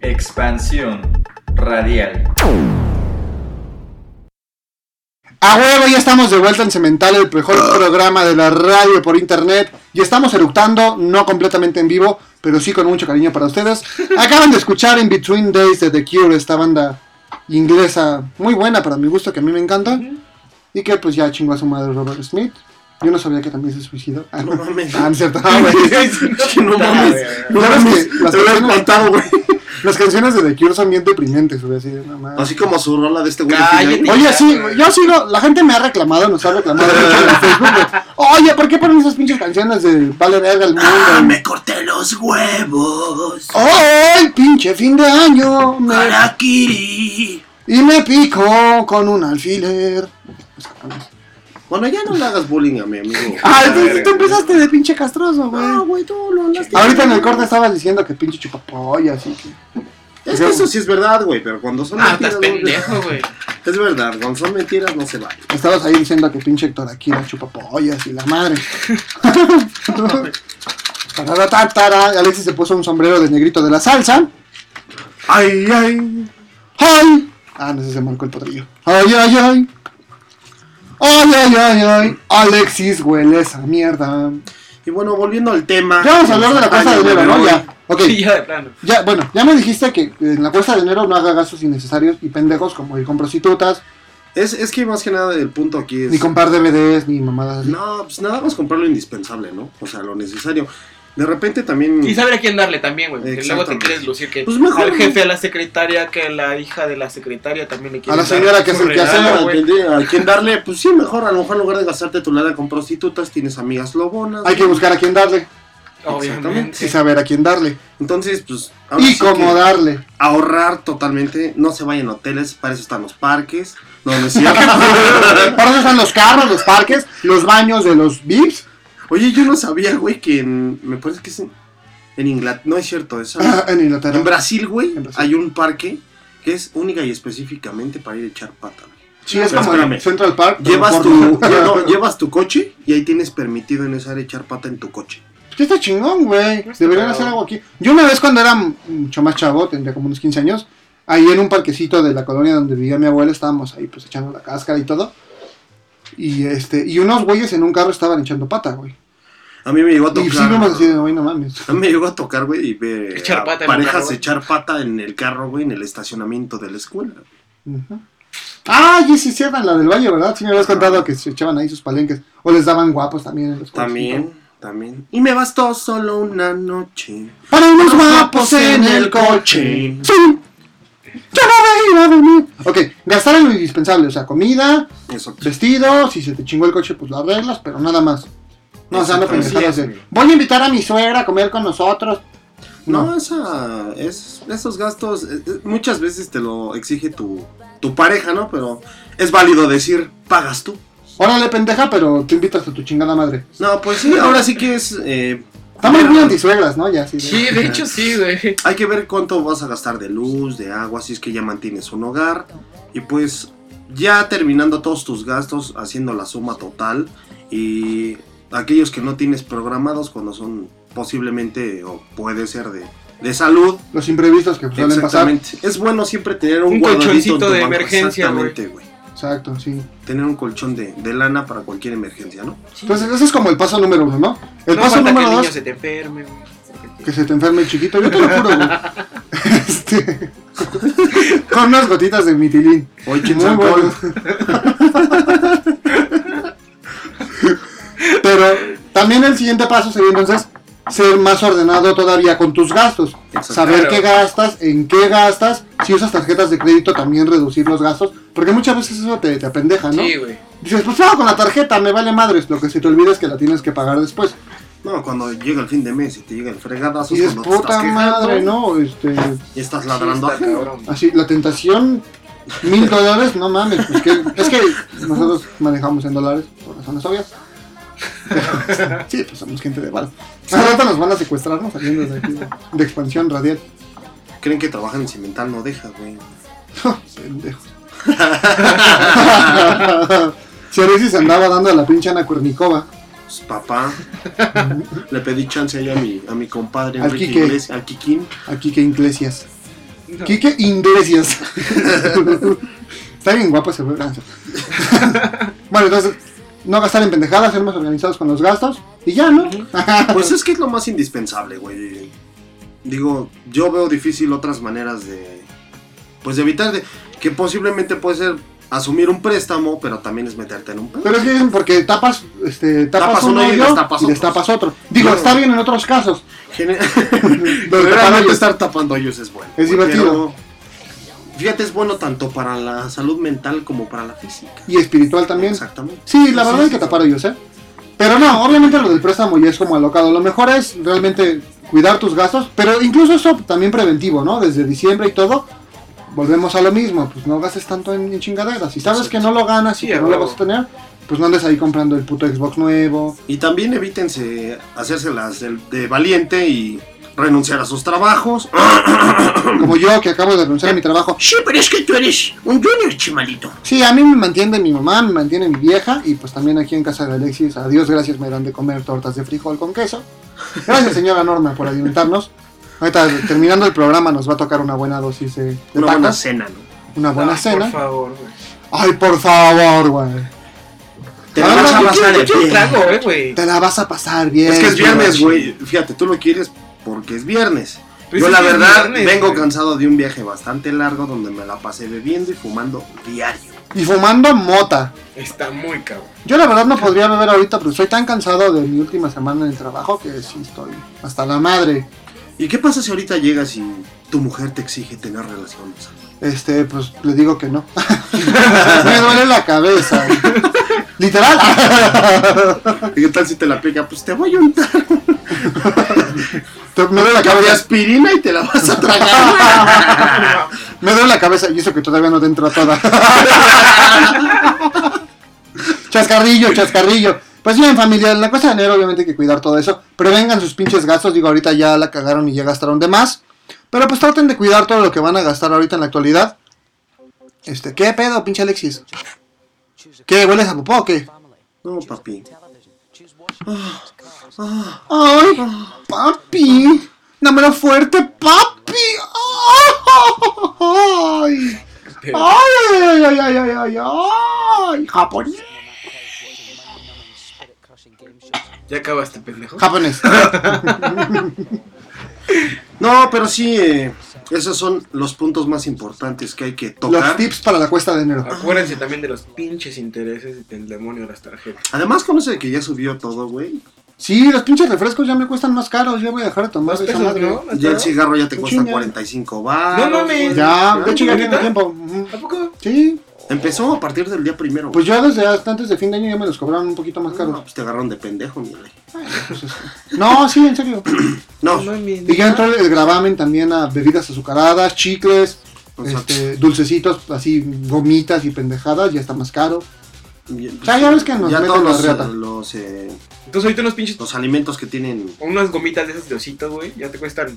Expansión radial. A huevo, ya estamos de vuelta en Cemental, el mejor programa de la radio por internet. Y estamos eructando, no completamente en vivo, pero sí con mucho cariño para ustedes. Acaban de escuchar In Between Days de The Cure, esta banda inglesa muy buena para mi gusto, que a mí me encanta. Y que pues ya chingó a su madre Robert Smith. Yo no sabía que también se suicidó. Ah, no mames. Ah, no es cierto. Ah, güey. No mames. No sabes que las Te hubiera canciones, las canciones de The Cure son bien deprimentes, güey. Así, de, no mames. Así como su rola de este güey. Oye, Oye, sí, yo sigo, la gente me ha reclamado, nos ha reclamado mucho en el Facebook. de, Oye, ¿por qué ponen esas pinches canciones de Vale Verga el Mundo? ah, me corté los huevos. ¡Ay, pinche fin de año! Me- Harakiri. y me pico con un alfiler. Bueno, ya no le hagas bullying a mi amigo. Ah, entonces tú empezaste de pinche castroso, güey. Ah, güey, tú lo andaste. Ahorita en el corte estabas diciendo que pinche chupapollas y que... Es que eso sí es verdad, güey, pero cuando son Ah, estás mentiras. no- pendejo, güey. Es verdad, cuando son mentiras no se vale. Estabas ahí diciendo que pinche Héctor Aquino chupa pollas y la madre. Tarara, tarara. Alexis se puso un sombrero de negrito de la salsa. ¡Ay, ay! ¡Ay! Ah, no sé, se marcó el potrillo. ¡Ay, ay, ay! ¡Ay, ay, ay, ay! Alexis huele esa mierda. Y bueno, volviendo al tema. Ya vamos a hablar de la Ay, cuesta de me enero, ¿no? voy. Ya. Ok. Sí, ya de plano. Ya, bueno, ya me dijiste que en la cuesta de enero no haga gastos innecesarios y pendejos como ir con prostitutas, Es, es que más que nada el punto aquí es. ni comprar DVDs, ni mamadas así. No, pues nada más comprar lo indispensable, ¿no? O sea, lo necesario. De repente también. Mm. Y saber a quién darle también, güey. Porque luego te Exactamente. quieres lucir que Pues mejor- al jefe, a la secretaria, que la hija de la secretaria también le A quieres la dar señora que su hace el regalo, quehacer, Ah, güey. entendí, ¿A quién darle? Pues sí, mejor. A lo mejor en lugar de gastarte tu lana con prostitutas, tienes amigas lobonas. Hay que buscar a quién darle Obviamente. y saber a quién darle. Entonces, pues. ahora Y sí cómo que darle. Ahorrar totalmente. No se vayan a hoteles, para eso están los parques. No, no es cierto. Para eso están los carros, los parques, los baños de los VIPs. Oye, yo no sabía, güey, que en. Me parece que es en, en Inglaterra. No es cierto, es. Ah, en Inglaterra. En Brasil, güey, En Brasil. hay un parque que es única y específicamente para ir a echar pata. güey. Sí, es Pero como en espérame. Central Park. Ah, pero Llevas por- tu, lle- no, llevas tu coche y ahí tienes permitido en esa área echar pata en tu coche. Ya está chingón, güey. Deberían hacer algo aquí. Yo una vez cuando era mucho más chavo, tendría como unos 15 años, ahí en un parquecito de la colonia donde vivía mi abuela, estábamos ahí pues echando la cáscara y todo. Y este, y unos güeyes en un carro estaban echando pata, güey. A mí me llegó a Y tocar. sí vimos así de, güey, no mames. A mí me llegó a tocar, güey, y ver Echar a pata en el parejas carro, güey. echar pata en el carro, güey, en el estacionamiento de la escuela. Ujú. Ah, y sí, sí, era la del valle, ¿verdad? Sí me habías contado que se echaban ahí sus palenques. O les daban guapos también en los colegios, Pues ¿no? También, también. Y me bastó solo una noche. Para unos guapos en el coche. Sí. Ya no va a ir a venir. Ok, gastar en lo indispensable, o sea, comida, Eso. vestido, si se te chingó el coche, pues lo arreglas, pero nada más. No, o sea, no Exactamente. pendejadas de, Voy a invitar a mi suegra a comer con nosotros. No, No. esa, es- esos gastos eh, eh, muchas veces te lo exige tu, tu pareja, ¿no? Pero es válido decir, pagas tú. Órale, pendeja, pero te invitas a tu chingada madre. No, pues sí, ahora sí que es... eh, Estamos muy antisuegras, ¿no? Ya, sí. de- Sí, de hecho sí, güey. Hay que ver cuánto vas a gastar de luz, de agua, si es que ya mantienes un hogar. Y pues ya terminando todos tus gastos, haciendo la suma total. Y aquellos que no tienes programados cuando son posiblemente o puede ser de, de salud. Los imprevistos que suelen pasar. Exactamente. Es bueno siempre tener un, Un guardadito en colchoncito tu de banco, emergencia, Exactamente, güey. Exacto, sí. Tener un colchón de, de lana para cualquier emergencia, ¿no? Entonces, ese es como el paso número uno, ¿no? El no paso falta que número el dos, niño se te enferme, güey. que se te enferme el chiquito. Yo te lo juro, güey. Este, con unas gotitas de mitilín. Hoy Muy quién sabe bueno. cuál. Pero también el siguiente paso sería entonces ser más ordenado todavía con tus gastos. Exacto. Saber Claro. qué gastas, en qué gastas. Si usas tarjetas de crédito, también reducir los gastos. Porque muchas veces eso te, te apendeja, ¿no? Sí, güey. Dices, pues pago con la tarjeta, me vale madres. Lo que se te olvida es que la tienes que pagar después. No, cuando llega el fin de mes y te llega el fregadazo, Y es es cuando te estás puta quejando madre, ¿no? Este, y estás Sí, ladrando está ajeno. cabrón. Así, la tentación, mil dólares, no mames. pues que- es que nosotros manejamos en dólares por razones obvias. sí, pues somos gente de bala. Al rato nos van a secuestrar, ¿no? Saliendo de aquí, de, de expansión radial. Creen que trabajan en cimental, no deja, güey. Oh, Pendejos. si Alexis andaba dando a la pinche Ana Cuernicova, Pues, papá. Le pedí chance ahí a mi, a mi compadre Al Enrique Quique. Iglesias, al Kikín. aquí que Iglesias. Quique Iglesias. Está bien guapo ese güey. gracias. bueno, entonces, no gastar en pendejadas, ser más organizados con los gastos. Y ya, ¿no? Ah, Pues es que es lo más indispensable, güey. Digo, yo veo difícil otras maneras de. Pues de evitar de. Que posiblemente puede ser asumir un préstamo, pero también es meterte en un pedo. Pero es que porque tapas, este, tapas, Tapas un uno y hoyo destapas y otro. destapas otro. Digo, Claro. está bien en otros casos. Gene- Pero Realmente tapando- estar tapando hoyos es bueno. Es güey, divertido. pero, Fíjate, es bueno tanto para la salud mental como para la física. Y espiritual también. Exactamente. Sí, la Sí, verdad sí, hay que sí, tapar hoyos, ¿eh? Pero no, obviamente lo del préstamo ya es como alocado. Lo mejor es realmente cuidar tus gastos, pero incluso eso también preventivo, ¿no? Desde diciembre y todo, volvemos a lo mismo. Pues no gastes tanto en, en chingaderas. Si sabes que no lo ganas y Sí, que a no lo huevo. vas a tener, pues no andes ahí comprando el puto Xbox nuevo. Y también evítense hacérselas de, de valiente y renunciar a sus trabajos. Ah. Como yo que acabo de renunciar a mi trabajo. Sí, pero es que tú eres un junior chimalito. Sí, a mí me mantiene mi mamá, me mantiene mi vieja y pues también aquí en casa de Alexis, a Dios gracias me dan de comer tortas de frijol con queso. Gracias señora Norma por alimentarnos. Ahorita terminando el programa nos va a tocar una buena dosis de, de Una buena tacos, cena, ¿no? una buena Ah, cena. Por favor, güey. Ay, por favor, güey. Te Ah, la vas a yo pasar Yo bien. trago, eh, güey. Te la vas a pasar bien. Es que es viernes, borracho. güey. Fíjate, tú lo quieres porque es viernes. Pues Yo sí la que es verdad viernes, vengo güey. cansado de un viaje bastante largo donde me la pasé bebiendo y fumando diario. Y fumando mota. Está muy cabrón. Yo la verdad no podría beber ahorita, pero estoy tan cansado de mi última semana en el trabajo que sí estoy hasta la madre. ¿Y qué pasa si ahorita llegas y tu mujer te exige tener relaciones? Este, pues le digo que no. me duele la cabeza. Literal. ¿Y qué tal si te la aplica? Pues te voy a untar Te- me duele la de cabeza. aspirina y te la vas a tragar. Me duele la cabeza y eso que todavía no te entra toda. chascarrillo, chascarrillo. Pues bien, familia, en la cosa de enero obviamente hay que cuidar todo eso. Prevengan sus pinches gastos. Digo, ahorita ya la cagaron y ya gastaron de más. Pero pues traten de cuidar todo lo que van a gastar ahorita en la actualidad. Este, ¿qué pedo, pinche Alexis? ¿Qué? ¿Hueles a popó o qué? no, papi. ¡Ay! ¡Papi! ¡Dámelo fuerte, papi! ¡Ay! ¡Ay, ay, ay, ay, ay, ay! ay! ¡Japonés! Ya acabaste, pendejo. ¡Japonés! No, pero sí, eh, esos son los puntos más importantes que hay que Los tocar. tips para la cuesta de enero. Acuérdense también de los pinches intereses y del demonio de las tarjetas. Además, conoce que ya subió todo, güey. Sí, los pinches refrescos ya me cuestan más caros. Ya voy a dejar de tomar Dos esa pesos, madre. ¿no? Ya el cigarro ya te Un cuesta chingo. 45 baros. No mames. Ya, de ¿Ya? hecho ya tiene ¿Neta? tiempo. Ujú. ¿A poco? Sí, Empezó a partir del día primero. pues yo desde hasta antes de fin de año ya me los cobraron un poquito más No, caros. pues te agarraron de pendejo, mi rey. No, sí, en serio. No, mames. Y ya entró el gravamen también a bebidas azucaradas, chicles, Exacto. este, dulcecitos, así gomitas y pendejadas, ya está más caro. ya, pues, Ya, ya ves que nos ya meten todos la los, reata. eh, los, eh, Entonces ahorita unos pinches... los alimentos que tienen. Unas gomitas de esas de ositos, güey. Ya te cuestan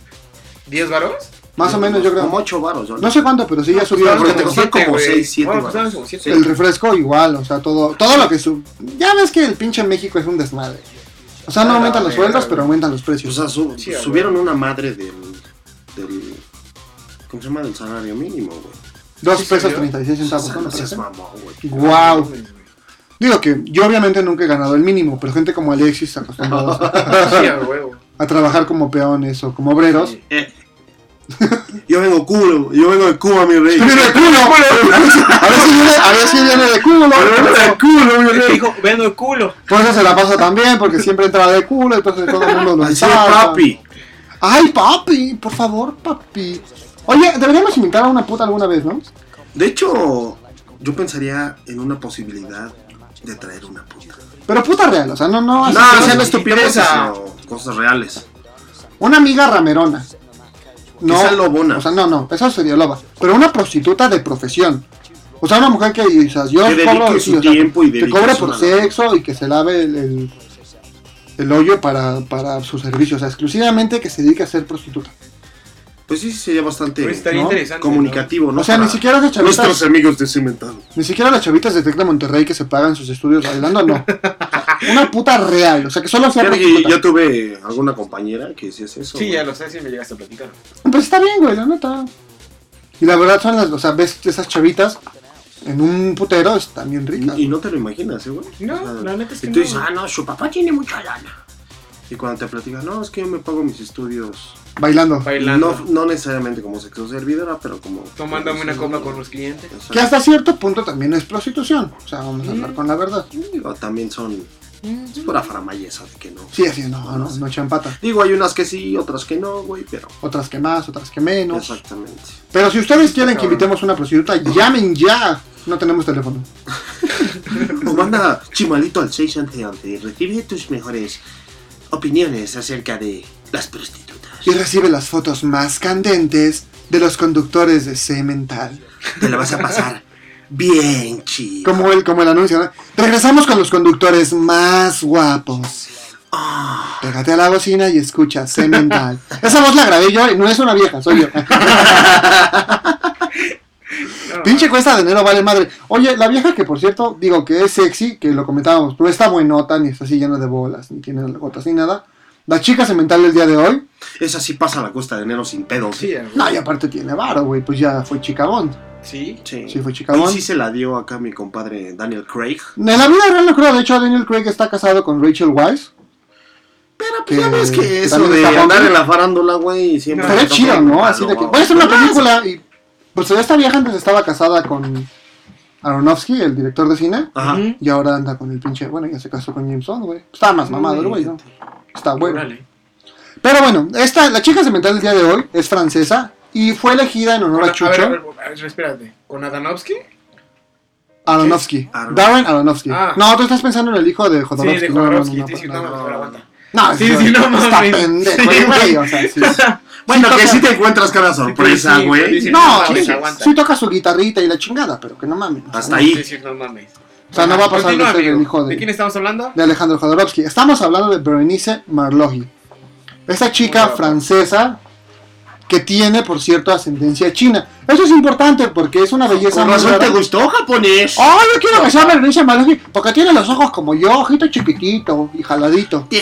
10 varos. Más o menos, yo creo. Como 8 baros. yo- No sé cuánto, pero sí ya subió pues, Pero el, porque te refresco. costan como Siete, 6, 7 Bueno, pues baros. eran como siete. El refresco igual, o sea, todo todo lo que sub... Ya ves que el pinche México es un desmadre. O sea, no Ah, aumentan los eh, sueldos, eh. pero aumentan los Pues, O precios. sea, su- Sí, a subieron una madre del, del. ¿Cómo se llama? Del salario mínimo, güey. Dos sí, pesos señor. 36 O centavos. sea, ¿no no te parece? seas mamón, güey. Guau. Digo que yo obviamente nunca he ganado el mínimo, pero gente como Alexis acostumbrados Sí, a huevo. a trabajar como peones o como obreros. Sí. Eh. Yo vengo culo, yo vengo de Cuba, mi rey. ¡Viene de culo! A ver si viene, a ver si viene de culo. Es que dijo, vendo el culo. Por eso se la pasa también, porque siempre entra de culo, entonces todo el mundo lo Así es, insulta. papi. Ay, papi, por favor, papi. Oye, deberíamos invitar a una puta alguna vez, ¿no? De hecho, yo pensaría en una posibilidad de traer una puta. Pero puta real, o sea, no, no. ah. así No, que- o sea, no sí, estupideces, vamos sino cosas reales. Una amiga ramerona. Quizá lobona. O sea, no, no, esa sería loba. Pero una prostituta de profesión. O sea, una mujer que o sea, yo Que dedique cobro, su sí, o sea, tiempo y que dedique cobre su por labor. sexo y que se lave el, el, el hoyo para, para su servicio. O sea, exclusivamente que se dedique a ser prostituta. Pues sí, sería bastante Pues estaría ¿no? interesante, comunicativo, ¿no? o sea, ni Para siquiera las chavitas, Nuestros amigos de Cementado. ni siquiera las chavitas de Tec de Monterrey que se pagan sus estudios bailando, no. O sea, una puta real, o sea, que solo sea Creo que prostituta. yo tuve alguna compañera que decías eso. Sí, güey. ya lo sé, si me llegaste a platicar. Pues está bien, güey, la neta. Y la verdad son las, o sea, ves esas chavitas en un putero, están bien ricas. Y no te lo imaginas, ¿eh, güey? No, la neta es que Y tú no. dices, ah, no, su papá tiene mucha lana. Y cuando te platican, no, es que yo me pago mis estudios. Bailando. No, no necesariamente como sexo servidora, pero como. Tomándome una copa con los clientes. Que hasta cierto punto también es prostitución. O sea, vamos a hablar con la verdad. Digo, también son. Es pura faramallesa de que no. Sí, así, no, no, no champata. Digo, hay unas que sí, otras que no, güey, pero. Otras que más, otras que menos. Exactamente. Pero si ustedes quieren que invitemos una prostituta, llamen ya. No tenemos teléfono. O manda chimalito al 611 y recibe tus mejores opiniones acerca de las prostitutas. Y recibe las fotos más candentes de los conductores de Cemental. Te la vas a pasar bien chido. Como el, como el anuncio, ¿no? Regresamos con los conductores más guapos. Pégate a la bocina y escucha Cemental. Esa voz la grabé yo y no es una vieja, soy yo. Pinche cuesta de enero, vale madre. Oye, la vieja que por cierto, digo que es sexy, que lo comentábamos, no está buenota, ni está así llena de bolas, ni tiene gotas, ni nada. La chica cemental del día de hoy, Esa sí pasa a la costa de enero sin pedos. Sí, no, y aparte tiene varo, güey, pues ya fue chicabón. sí. Sí, fue chicabón. sí se la dio acá mi compadre Daniel Craig. En la vida real no creo, de hecho Daniel Craig está casado con Rachel Weisz. Pero pues ya ves que eso de andar en la farándula, güey, siempre. Estaría te chido, tocan ¿no? palo, Así de que. güey. Voy a hacer una película y. Pues esta vieja antes estaba casada con Aronofsky, el director de cine. Ah. Ajá. Y ahora anda con el pinche. Bueno, ya se casó con James Bond, güey. Está más mamado el güey, ¿no? Está bueno. Pero bueno, esta, la chica cemental del día de hoy es francesa y fue elegida en honor a a ver, a ver, Chucho a ver, espérate. ¿Con Adanovsky? Aronofsky. Darren Aronofsky. Ah. No, tú estás pensando en el hijo de Sí, Jodorowsky. de No, no, no, Jodorowsky. no, Sí, sí, no, no, mejor aguanta. No, Sí, sí, no mames. Está pendejo, Sí, güey. güey. O sea, sí. Bueno, Sí que toca- sí te encuentras cada sorpresa, Sí, güey. sí, sí, No, mames, sí, sí, aguanta. sí toca su guitarrita y la chingada, pero que no mames. O sea, Hasta no. ahí. Sí, sí, no mames. O sea, no va a pasar Continúa, de ser el amigo. hijo de, ¿De quién estamos hablando? de Alejandro Jodorowsky. Estamos hablando de Berenice Marlohi. Esta chica francesa que tiene, por cierto, ascendencia china. Eso es importante porque es una belleza Con muy razón rara. te gustó japonés. ¡Oh, yo quiero que sea Berenice Marlohi! Porque tiene los ojos como yo, ojito chiquitito y jaladito. Te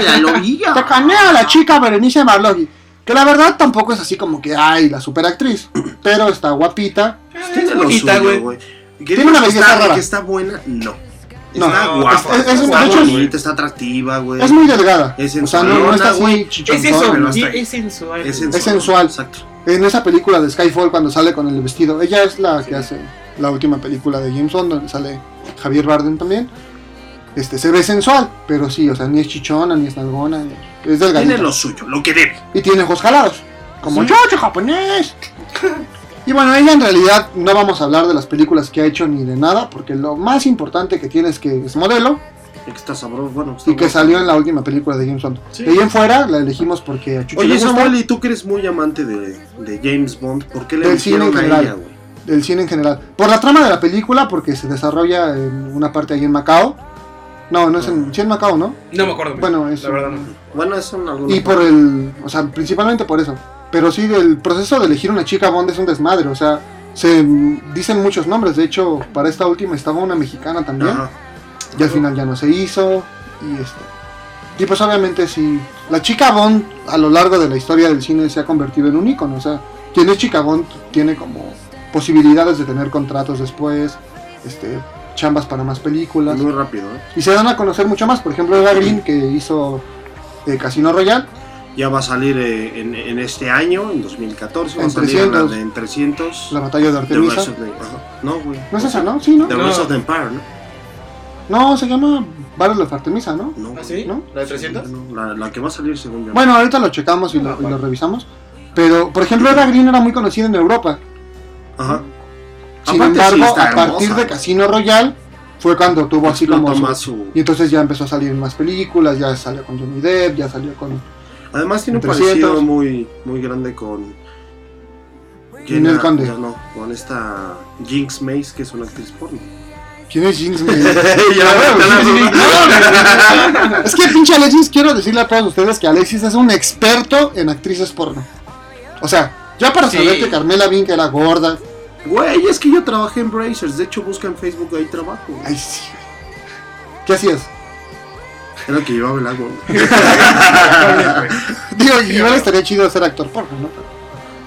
la lorilla. Te canea la chica Berenice Marlohi. Que la verdad tampoco es así como que, ay, la superactriz. Pero está guapita. Tiene lo bonita, suyo, güey. güey. Tiene una belleza está, rara. que está buena, no. No, Está no, guapa, es- es- está de hecho, bonita, está atractiva, güey. Es muy delgada. Es O sea, no, no está así güey. Es chichonzona, eso, pero sí, hasta ahí. es sensual. Es Es sensual. sensual. Exacto. En esa película de Skyfall cuando sale con el vestido. Ella es la que hace la última película de James Bond donde sale Javier Bardem también. Este, se ve sensual, pero sí, o sea, ni es chichona, ni es nalgona, ni- es delgadita. Tiene lo suyo, lo que debe. Y tiene ojos jalados, como yo, yo japonés. y bueno, ella en realidad no vamos a hablar de las películas que ha hecho ni de nada, porque lo más importante que tiene es que es modelo Y que está sabroso, bueno. está y que guapo. salió en la última película de James Bond. Sí. De ahí en fuera la elegimos porque a Chucho le Oye, gusta Samuel, y tú que eres muy amante de, de James Bond, ¿por qué le Del cine hicieron en a general. ella, güey? del cine en general. Por la trama de la película, porque se desarrolla en una parte ahí en Macao. No, no es en, sí en Macao, ¿no? No me acuerdo. Bueno, eso. La verdad no. Bueno, es un alguna Y por el. O sea, principalmente por eso. Pero sí, el proceso de elegir una chica Bond es un desmadre. O sea, se mm, dicen muchos nombres. De hecho, para esta última estaba una mexicana también. Ajá. Y al final ya no se hizo. Y este. Y pues obviamente sí. La chica Bond a lo largo de la historia del cine se ha convertido en un ícono. O sea, quien es chica Bond tiene como posibilidades de tener contratos después. Este. Chambas para más películas Muy rápido, ¿eh? y se dan a conocer mucho más. Por ejemplo, Eva Green, que hizo eh, Casino Royale, Ya va a salir eh, en, en este año, en 2014. va En a salir la 300. de- en 300. La batalla de The Rise Artemisa. of the- ajá. No, güey. ¿No es esa, no? Sí, ¿no? The Rise of the Empire, ¿no? No, se llama Battle of Artemisa, ¿no? No, ¿Ah, sí? ¿No? ¿La de 300? no, la, la que va a salir según yo. Bueno, ahorita lo checamos y lo, y lo revisamos. Pero, por ejemplo, Eva Green era muy conocida en Europa. Ajá. Sin Aparte, sí embargo, está a partir hermosa, de güey. Casino Royale fue cuando tuvo así Explotó como... su- más su- Y entonces ya empezó a salir en más películas, ya salió con Johnny Depp, ya salió con... Además tiene un 300. parecido muy, muy grande con... Ninel Jenna- Conde. ya no, con esta Jinx Mace, que es una actriz porno. ¿Quién es Jinx? Ya, ya, es que pinche Alexis, quiero decirle a todos ustedes que Alexis es un experto en actrices porno. O sea, ya para Sí. saber que Carmela Vink era gorda. Güey, es que yo trabajé en Brazers. De hecho, busca en Facebook ahí trabajo. güey. Ay, sí. ¿Qué hacías? Era el que llevaba el agua. güey. Digo, igual estaría chido ser actor porno, ¿no?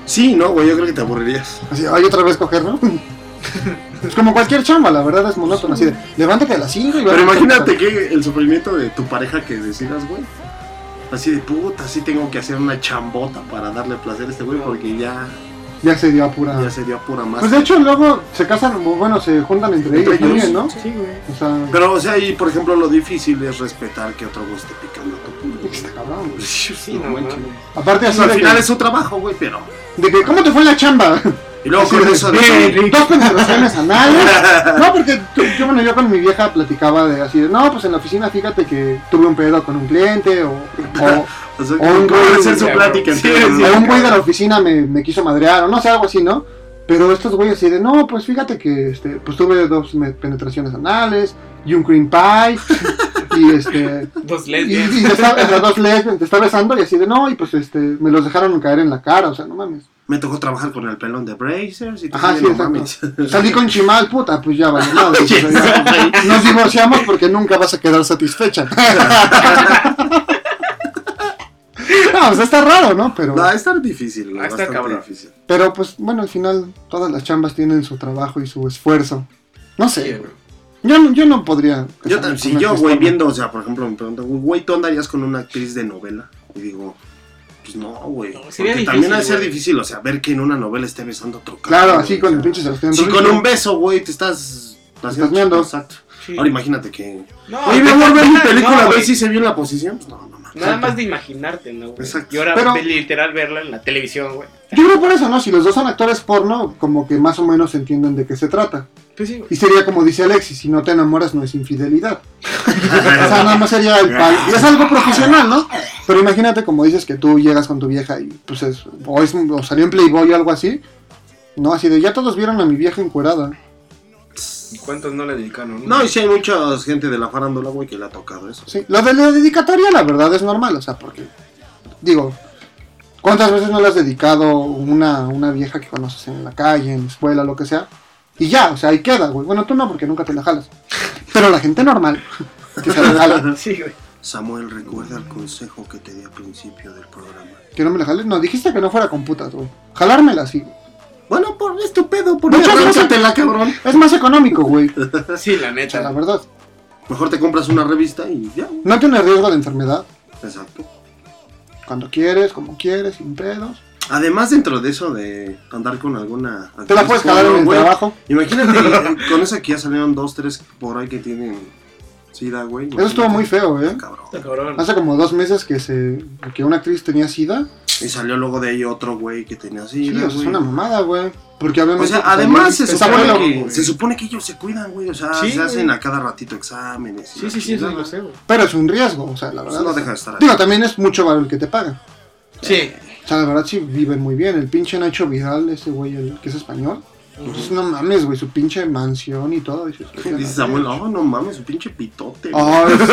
Sí, no, güey, yo creo que te aburrirías. Así, ay, otra vez coger, ¿no? es como cualquier chamba, la verdad es monótono. Así de, levántate a las 5 y Pero imagínate que el sufrimiento de tu pareja que decidas, güey. Así de puta, sí tengo que hacer una chambota para darle placer a este güey porque ya, Ya se dio a pura. ya sería pura más. Ah. Pues de hecho, luego se casan, bueno, se juntan entre, Entre ellos también, ellos. ¿no? Sí, güey. O sea, Pero, o sea, y por ejemplo, lo difícil es respetar que otro güey esté picando tu culo. Está cabrón, güey. Sí, no manches. mames. aparte así pues, Al de final que, es su trabajo, güey, pero. de que, ¿cómo te fue la chamba? Y luego Así con de, eso. bien, de- dos penetraciones anales. No, porque tú- yo, bueno, yo con mi vieja platicaba de así de, no, pues en la oficina fíjate que tuve un pedo con un cliente o, o, O sea, O un ¿cómo va a güey, ser su güey, plática? sí, entera, sí. no? o un güey de la oficina me, me quiso madrear o no sé, algo así, ¿no? Pero estos güeyes así de, no, pues fíjate que este, pues tuve dos me- penetraciones anales y un cream pie y este... Dos Y, lesbianas. y te está, las dos lesbianas te está besando y así de no, y pues este, me los dejaron caer en la cara, o sea, no mames. Me tocó trabajar con el pelón de Brazers y te Ajá, dije, sí, no exacto. mames. Salí con Chimal, puta, pues ya vale, no, Oye, pues, ya. Nos divorciamos porque nunca vas a quedar satisfecha. No, Ah, o sea, está raro, ¿no? Pero, No, está difícil, güey. Ah, está bastante cabrón. difícil. pero pues bueno, al final todas las chambas tienen su trabajo y su esfuerzo. No sé, güey. Yo, no- yo no podría. Yo casarme también, si con una yo, güey, persona. viendo, o sea, por ejemplo, me preguntan, güey, ¿tú andarías con una actriz de novela? Y digo, pues no, güey. No, porque sería difícil, también ha de ser güey. difícil, o sea, ver que en una novela esté besando a otro Claro, cabrón, así güey, con el o sea, pinche Sebastián Si Rulli. con un beso, güey, te estás. haciendo- meando. Exacto. Sí. Ahora imagínate que. No, Oye, mi amor, ver mi película, no, a ver güey. si se vio en la posición. Pues no, no mames. Nada más de imaginarte, ¿no? güey? Exacto. Y ahora Pero- ve- literal verla en la televisión, güey. Yo creo por eso, ¿no? Si los dos son actores porno, como que más o menos entienden de qué se trata. Pues sí, güey. Y sería como dice Alexis, si no te enamoras no es infidelidad. o sea, nada más sería el pan. Y es algo profesional, ¿no? Pero imagínate como dices que tú llegas con tu vieja y pues es, o, es, o salió en Playboy o algo así. No, así de ya todos vieron a mi vieja encuerada. ¿Y ¿Cuántos no le dedicaron? No, y sí hay mucha gente de la farándula, güey, que le ha tocado eso. Sí. Lo de la dedicatoria, la verdad, es normal, o sea, porque, digo, ¿cuántas veces no le has dedicado una, una vieja que conoces en la calle, en la escuela, lo que sea? Y ya, o sea, ahí queda, güey. Bueno, tú no, porque nunca te la jalas. Pero la gente normal, que se la jala. Sí, güey. Samuel, recuerda el consejo que te di al principio del programa. Que no me la jales. No, dijiste que no fuera con putas, güey. Jalármela, sí. Bueno, por estupendo, por Muchas gracias. la cabrón. Es más económico, güey. Sí, la O sea, la neta. verdad. Mejor te compras una revista y ya. No tienes riesgo de enfermedad. Exacto. Cuando quieres, como quieres, sin pedos. Además, dentro de eso de andar con alguna. Te la puedes jalar en el Pues Güey, trabajo. Imagínate, con esa que ya salieron dos, tres por ahí que tienen sida, güey. Eso estuvo muy feo, ¿eh? güey. Cabrón. Está cabrón. Hace como dos meses que se que una actriz tenía sida. Y salió luego de ahí otro güey que tenía Sí, sida, o sea, es güey. una mamada, güey. Porque O obviamente. sea, pues, además se también es supone, abuelo, que, güey. se supone que ellos se cuidan, güey. O sea, Sí, se hacen güey. a cada ratito exámenes. y Sí, la sí, sí, eso chingada. lo sé, güey. Pero es un riesgo, o sea, la Pues verdad. no deja de estar ahí. Digo, también es mucho valor que te pagan. Sí. O sea, la verdad sí viven muy bien. El pinche Nacho Vidal, ese güey el que es español. Pues no mames, güey, su pinche mansión y todo. Dices, Dice Samuel, oh, no mames, su pinche pitote. güey". Ay,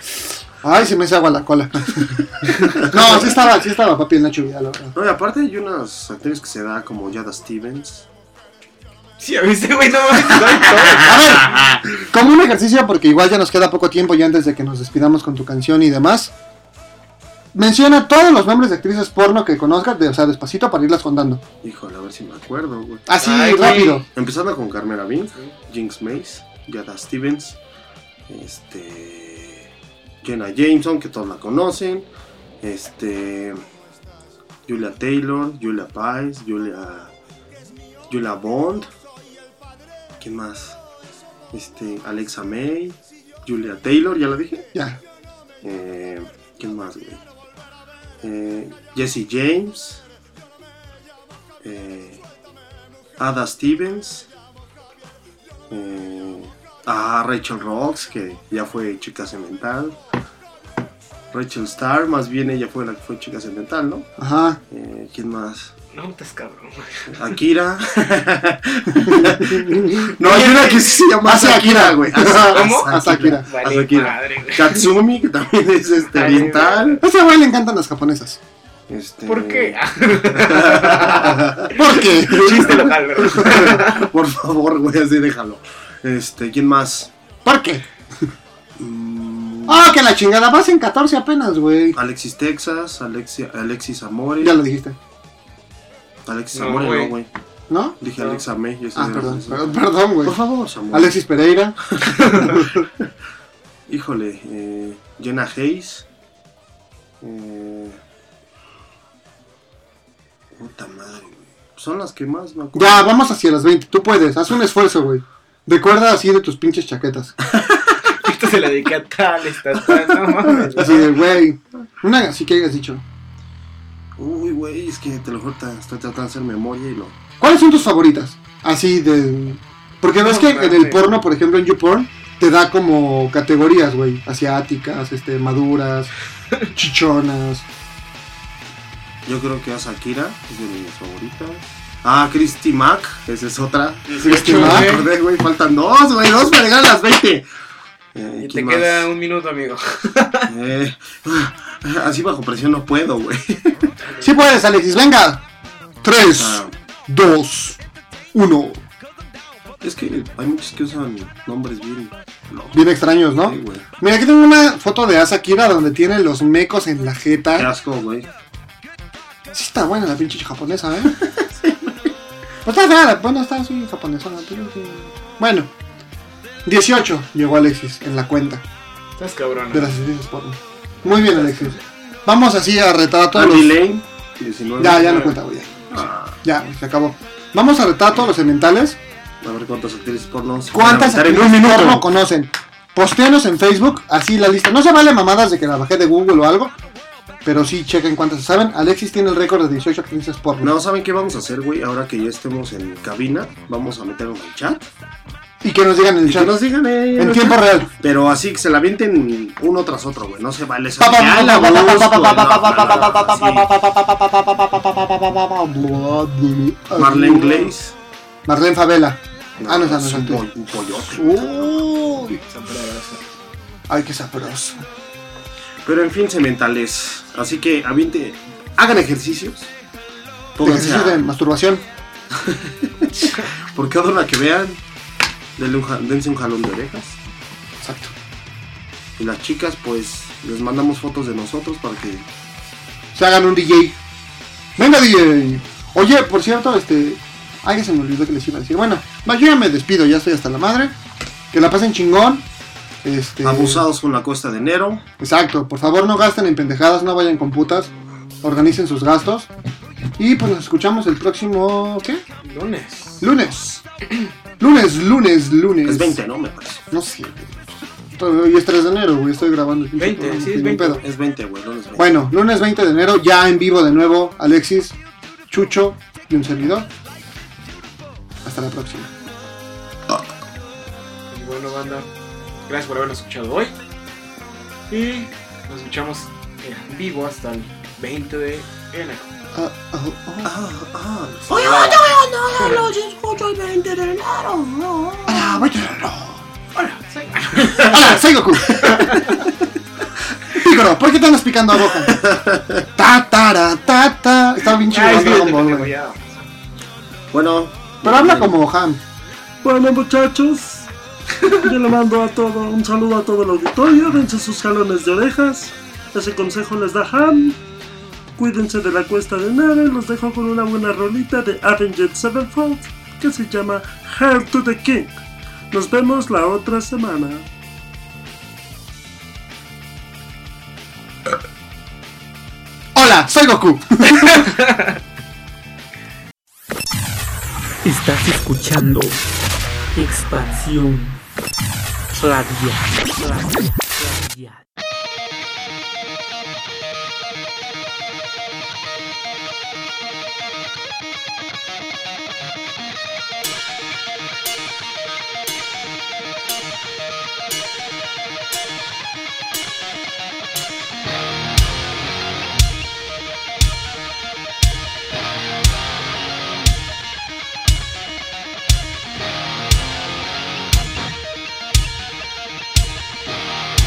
sí. Ay, se me hace agua la cola. no, sí estaba, sí estaba, papi, el Nacho Vidal, la verdad. No, y aparte hay unas actrices que se da como Yada Stevens. Sí, a veces, güey, no mames, doy todo. A ver, como un ejercicio, porque igual ya nos queda poco tiempo ya antes de que nos despidamos con tu canción y demás. Menciona todos los nombres de actrices porno que conozcas, de, o sea, despacito para irlas contando. Híjole, a ver si me acuerdo, güey. Así, Ay, güey. rápido. Empezando con Carmela Bing, Jinx Mace, Yada Stevens, este. Jenna Jameson, que todos la conocen. Este. Julia Taylor, Julia Pies, Julia. Julia Bond. ¿Quién más? Este. Alexa May, Julia Taylor, ya la dije. Ya. Eh, ¿Quién más, güey? Eh, Jesse James. Eh, Ada Stevens. Eh, ah, Rachel Rocks, que ya fue chica cemental. Rachel Starr, más bien ella fue la que fue chica cemental, ¿no? Ajá. Eh, ¿Quién más? No, estás cabrón, güey. Akira. no, hay una que sí se llama Akira, güey. ¿Cómo? Asakira. Vale, Hasta aquí. madre, güey. Katsumi, que también es este, Ay, oriental. A ese güey le encantan las japonesas. Este... ¿Por qué? ¿Por qué? Chiste local, güey. Por favor, güey, así déjalo. Este, ¿quién más? ¿Por qué? Mm, Ah, que la chingada. Vas en 14 apenas, güey. Alexis Texas, Alexia, Alexis Amore, Ya lo dijiste. Alexis No, Zamora, güey. no, güey. ¿No? Dije Alexa May. y ese Ah, era perdón, Alexis. perdón, perdón, güey. Por favor, Samuel. Alexis Pereira. Híjole, eh, Jenna Hayes. Eh, puta madre, güey. Son las que más me acuerdo. Ya, vamos hacia las 20. Tú puedes. Haz un esfuerzo, güey. Recuerda así de tus pinches chaquetas. Esto se la dedica a tal, estas tal, no mames. Así de, güey. Una así que hayas dicho. Uy, güey, es que te lo juro, ta- estoy tratando de hacer memoria y lo. ¿Cuáles son tus favoritas? Así de. Porque ves que en el porno, por ejemplo, en YouPorn, te da como categorías, güey. Asiáticas, este, maduras, chichonas. Yo creo que a Shakira es de mis favoritas. Ah, Christy Mack, esa es otra. Christy Ya me Mack. acordé, güey, faltan dos, güey, dos para llegar a las 20. Y te queda un minuto, amigo. Eh, así bajo presión no puedo, güey. Sí puedes, Alexis, venga. 3, 2, 1. Es que hay muchos que usan nombres bien. No. Bien extraños, ¿no? Sí, güey. Mira, aquí tengo una foto de Asakira donde tiene los mecos en la jeta. Qué asco, güey. Sí está buena la pinche japonesa, ¿eh? Pues está fea, la- bueno, está así japonesa, pero sí. Bueno, 18 llegó Alexis en la cuenta Estás cabrón. de las estrellas porno. Muy bien, Alexis. Vamos así a retar a todos Andy los... Lane, Ah, 19. Ya, ya no cuenta, güey. ya. Ya, güey, se acabó. Vamos a retar a todos los elementales. A ver cuántas actrices porno. se ¿Cuántas pueden actrices aventar en un porno minuto. conocen? Postéanos en Facebook, así la lista. No se vale mamadas de que la bajé de Google o algo, pero sí chequen cuántas se saben. Alexis tiene el récord de 18 actrices porno. No, ¿saben qué vamos a hacer, güey? Ahora que ya estemos en cabina, vamos a meterlo en el chat. Y que nos digan en el Y chat. que nos digan, eh, En tiempo real. Pero así que se la avienten uno tras otro, güey. No se vale eso. Pa, pa, Ya la pa, pa, pa, busco, pa, no, pa, pa, no, no, pa, pa, pa, sí. pa, pa, pa, pa, pa, pa, pa, pa, pa, pa, pa, pa. Marlene Glaze. Marlene Favela. Ah, no, esa no es es un, actriz. pol- un pollote. Uy, ay, qué sabroso. Pero en fin, sementales. Así que aviente, hagan ejercicios. Pónganse Ejercicio de a, masturbación. por cada una que vean, denle un ja- dense un jalón de orejas. Exacto. Y las chicas, pues, les mandamos fotos de nosotros para que Se hagan un DJ. Venga, DJ. Oye, por cierto, este. Ay, que se me olvidó que les iba a decir. Bueno, va, yo ya me despido, ya estoy hasta la madre. Que la pasen chingón. Este. abusados con la cuesta de enero. Exacto, por favor no gasten en pendejadas, no vayan con putas, organicen sus gastos. Y pues nos escuchamos el próximo, ¿qué? Lunes. Lunes. Lunes, lunes, lunes. Es 20, ¿no? Me parece. No sé. güey. Hoy es 3 de enero, güey, estoy grabando. el pinche 20, programa, sí, es ni 20. pedo. Es 20, güey, no les 20. Bueno, lunes 20 de enero, ya en vivo de nuevo, Alexis, Chucho y un servidor. Hasta la próxima. Y bueno, banda, gracias por habernos escuchado hoy. Y nos escuchamos en vivo hasta el 20 de enero. Ah, ah, ah. Oye, Ah, voy a- ¡Hola, Ah, soy Goku! Pícoro, ¿por qué te andas picando a Gohan? Ta, tara, ta, ta. Está bien chido. Ay, Dragon espérate, Ball, pendejo, güey. ya. Bueno, Pero habla como Ham. Bueno, muchachos, yo le mando a todo, un saludo a todo el auditorio. Dense sus jalones de orejas. Ese consejo les da Ham. Cuídense de la cuesta de nada y los dejo con una buena rolita de Avenged Sevenfold que se llama Hair to the King. Nos vemos la otra semana. ¡Hola, soy Goku! Estás escuchando Expansión Radial. Radial. Thank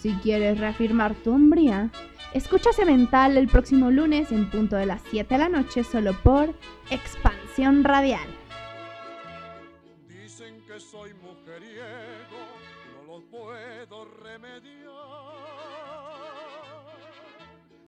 Si quieres reafirmar tu hombría, escucha Cemental el próximo lunes en punto de las 7 de la noche solo por Expansión Radial. Dicen que soy mujeriego.